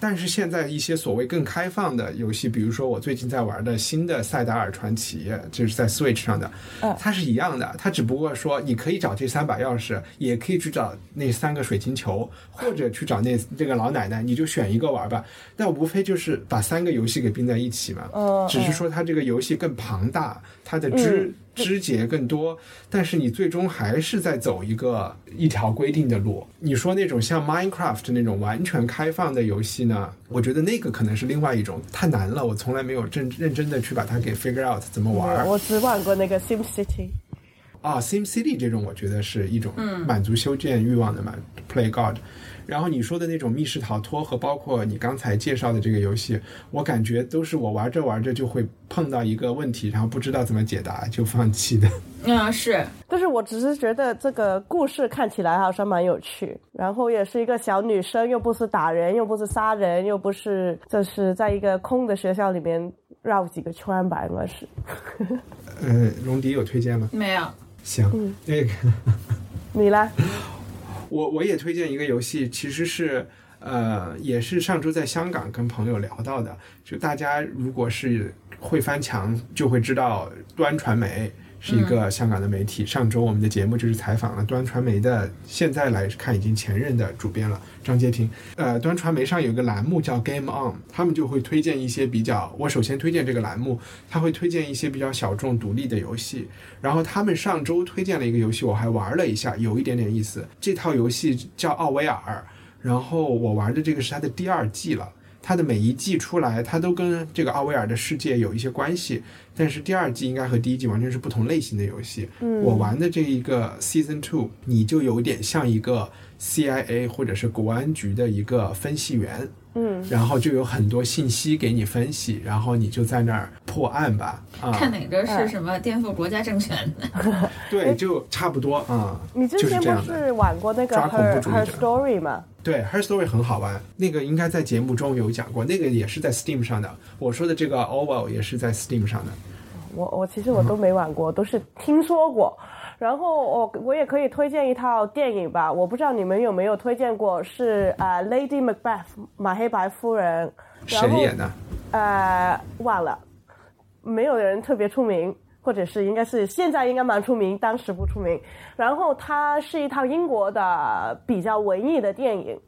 A: 但是现在一些所谓更开放的游戏，比如说我最近在玩的新的《塞达尔传奇》，就是在 Switch 上的，它是一样的，它只不过说你可以找这三把钥匙，也可以去找那三个水晶球，或者去找那那个老奶奶，你就选一个玩吧。但无非就是把三个游戏给并在一起嘛，只是说它这个游戏更庞大，它的枝。枝节更多，但是你最终还是在走一个一条规定的路。你说那种像 Minecraft 那种完全开放的游戏呢？我觉得那个可能是另外一种，太难了，我从来没有认认真的去把它给 figure out 怎么玩儿
B: 我只玩过那个 Sim City，
A: 啊。Sim City 这种，我觉得是一种满足修建欲望的嘛、p l a y God。然后你说的那种密室逃脱和包括你刚才介绍的这个游戏，我感觉都是我玩着玩着就会碰到一个问题，然后不知道怎么解答就放弃的。
D: 嗯，是
B: 但是我只是觉得这个故事看起来好像蛮有趣，然后也是一个小女生，又不是打人，又不是杀人，又不是就是在一个空的学校里面绕几个圈吧，应该是。
A: 呃，龙迪有推荐吗？
D: 没有。
A: 行，那个
B: 你呢？
A: 我我也推荐一个游戏，其实是呃，也是上周在香港跟朋友聊到的，就大家如果是会翻墙，就会知道端传媒是一个香港的媒体。上周我们的节目就是采访了端传媒的，现在来看已经前任的主编了张杰平。呃，端传媒上有一个栏目叫 Game On，他们就会推荐一些比较，我首先推荐这个栏目，他会推荐一些比较小众独立的游戏。然后他们上周推荐了一个游戏，我还玩了一下，有一点点意思。这套游戏叫《奥维尔》。然后我玩的这个是它的第二季了，它的每一季出来，它都跟这个奥威尔的世界有一些关系，但是第二季应该和第一季完全是不同类型的游戏。嗯、我玩的这一个 Season Two，你就有点像一个 CIA 或者是国安局的一个分析员，
B: 嗯，
A: 然后就有很多信息给你分析，然后你就在那儿破案吧。啊、
D: 看哪个是什么颠覆国家政权的。
A: 对，就差不多啊。
B: 哎你之
A: 就是这
B: 前不
A: 样的
B: 是玩过那个
A: 抓恐怖
B: Her
A: 主义者
B: Her Story 吗？
A: 对，Her Story 很好玩，那个应该在节目中有讲过，那个也是在 Steam 上的。我说的这个 Oval 也是在 Steam 上的。
B: 我我其实我都没玩过，都是听说过。然后我我也可以推荐一套电影吧，我不知道你们有没有推荐过，是呃《Lady Macbeth》马黑白夫人，然
A: 谁
B: 后
A: 演的？
B: 呃忘了，没有人特别出名，或者是应该是现在应该蛮出名，当时不出名。然后它是一套英国的比较文艺的电影，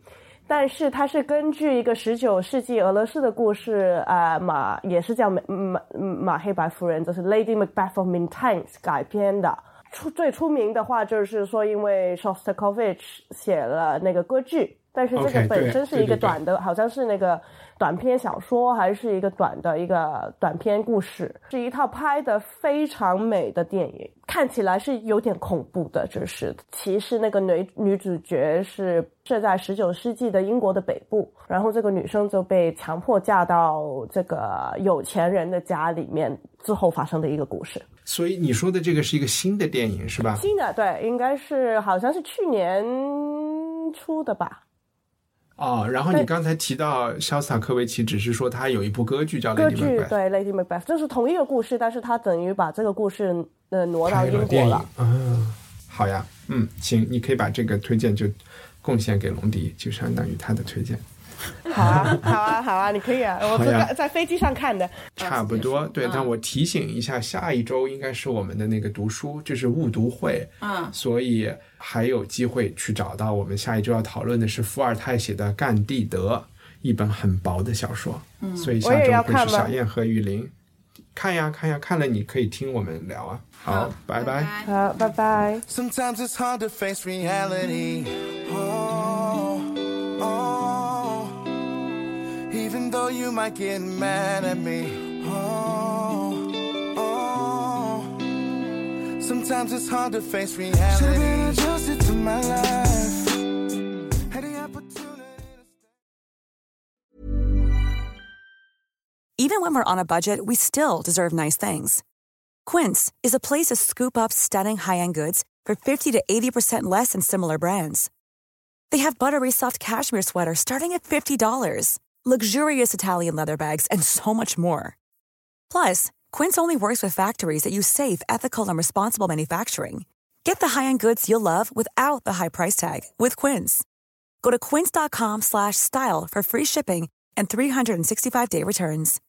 B: 但是它是根据一个十九世纪俄罗斯的故事，呃，马也是叫马马马黑白夫人，就是 Lady Macbeth of Mintimes 改编的。出最出名的话就是说，因为 Shostakovich 写了那个歌剧，但是这
A: OK，
B: 个本
A: 对
B: 身是
A: 对
B: 一个
A: 对对
B: 短的，好像是那个短篇小说，还是一个短的一个短篇故事，是一套拍的非常美的电影，看起来是有点恐怖的，就是其实那个女女主角是设在十九世纪的英国的北部，然后这个女生就被强迫嫁到这个有钱人的家里面之后发生的一个故事。
A: 所以你说的这个是一个新的电影是吧？
B: 新的对，应该是好像是去年出的吧。
A: 哦，然后
B: 对
A: 你刚才提到肖斯塔科维奇，只是说他有一部歌剧叫《
B: 歌
A: Lady
B: 剧
A: Macbeth》，
B: 对《Lady Macbeth》就是同一个故事，但是他等于把这个故事呃挪到
A: 拍
B: 英
A: 了
B: 国
A: 电影
B: 了
A: 啊。。好呀，嗯，行，你可以把这个推荐就贡献给龙迪，就相当于他的推荐。
B: 好啊，好啊，好啊，你可以啊，我
A: 好
B: 是
A: 呀
B: 在在飞机上看的。
A: 差不多，对。但我提醒一下，下一周应该是我们的那个读书，就是误读会，
D: 嗯
A: 所以还有机会去找到我们下一周要讨论的是伏尔泰写的《干地德》，一本很薄的小说，嗯，所以下
B: 我也
A: 周
B: 要
A: 会
B: 看
A: 是
B: 吗
A: 小燕和雨林，看呀看呀，看了你可以听我们聊啊。好，拜拜
B: 好，拜拜。
E: Sometimes it's hard to face reality. Oh, oh. Even though you might get mad at me. Oh, oh. Sometimes it's hard to face reality. Should've been adjusted to my life. Had the opportunity. to-
F: Even when we're on a budget, we still deserve nice things. Quince is a place to scoop up stunning high end goods for 50 to 80% less than similar brands. They have buttery soft cashmere sweaters starting at $50, luxurious Italian leather bags, and so much more. Plus, Quince only works with factories that use safe, ethical, and responsible manufacturing. Get the high-end goods you'll love without the high price tag with Quince. Go to quince.com/style slash style for free shipping and 365-day returns.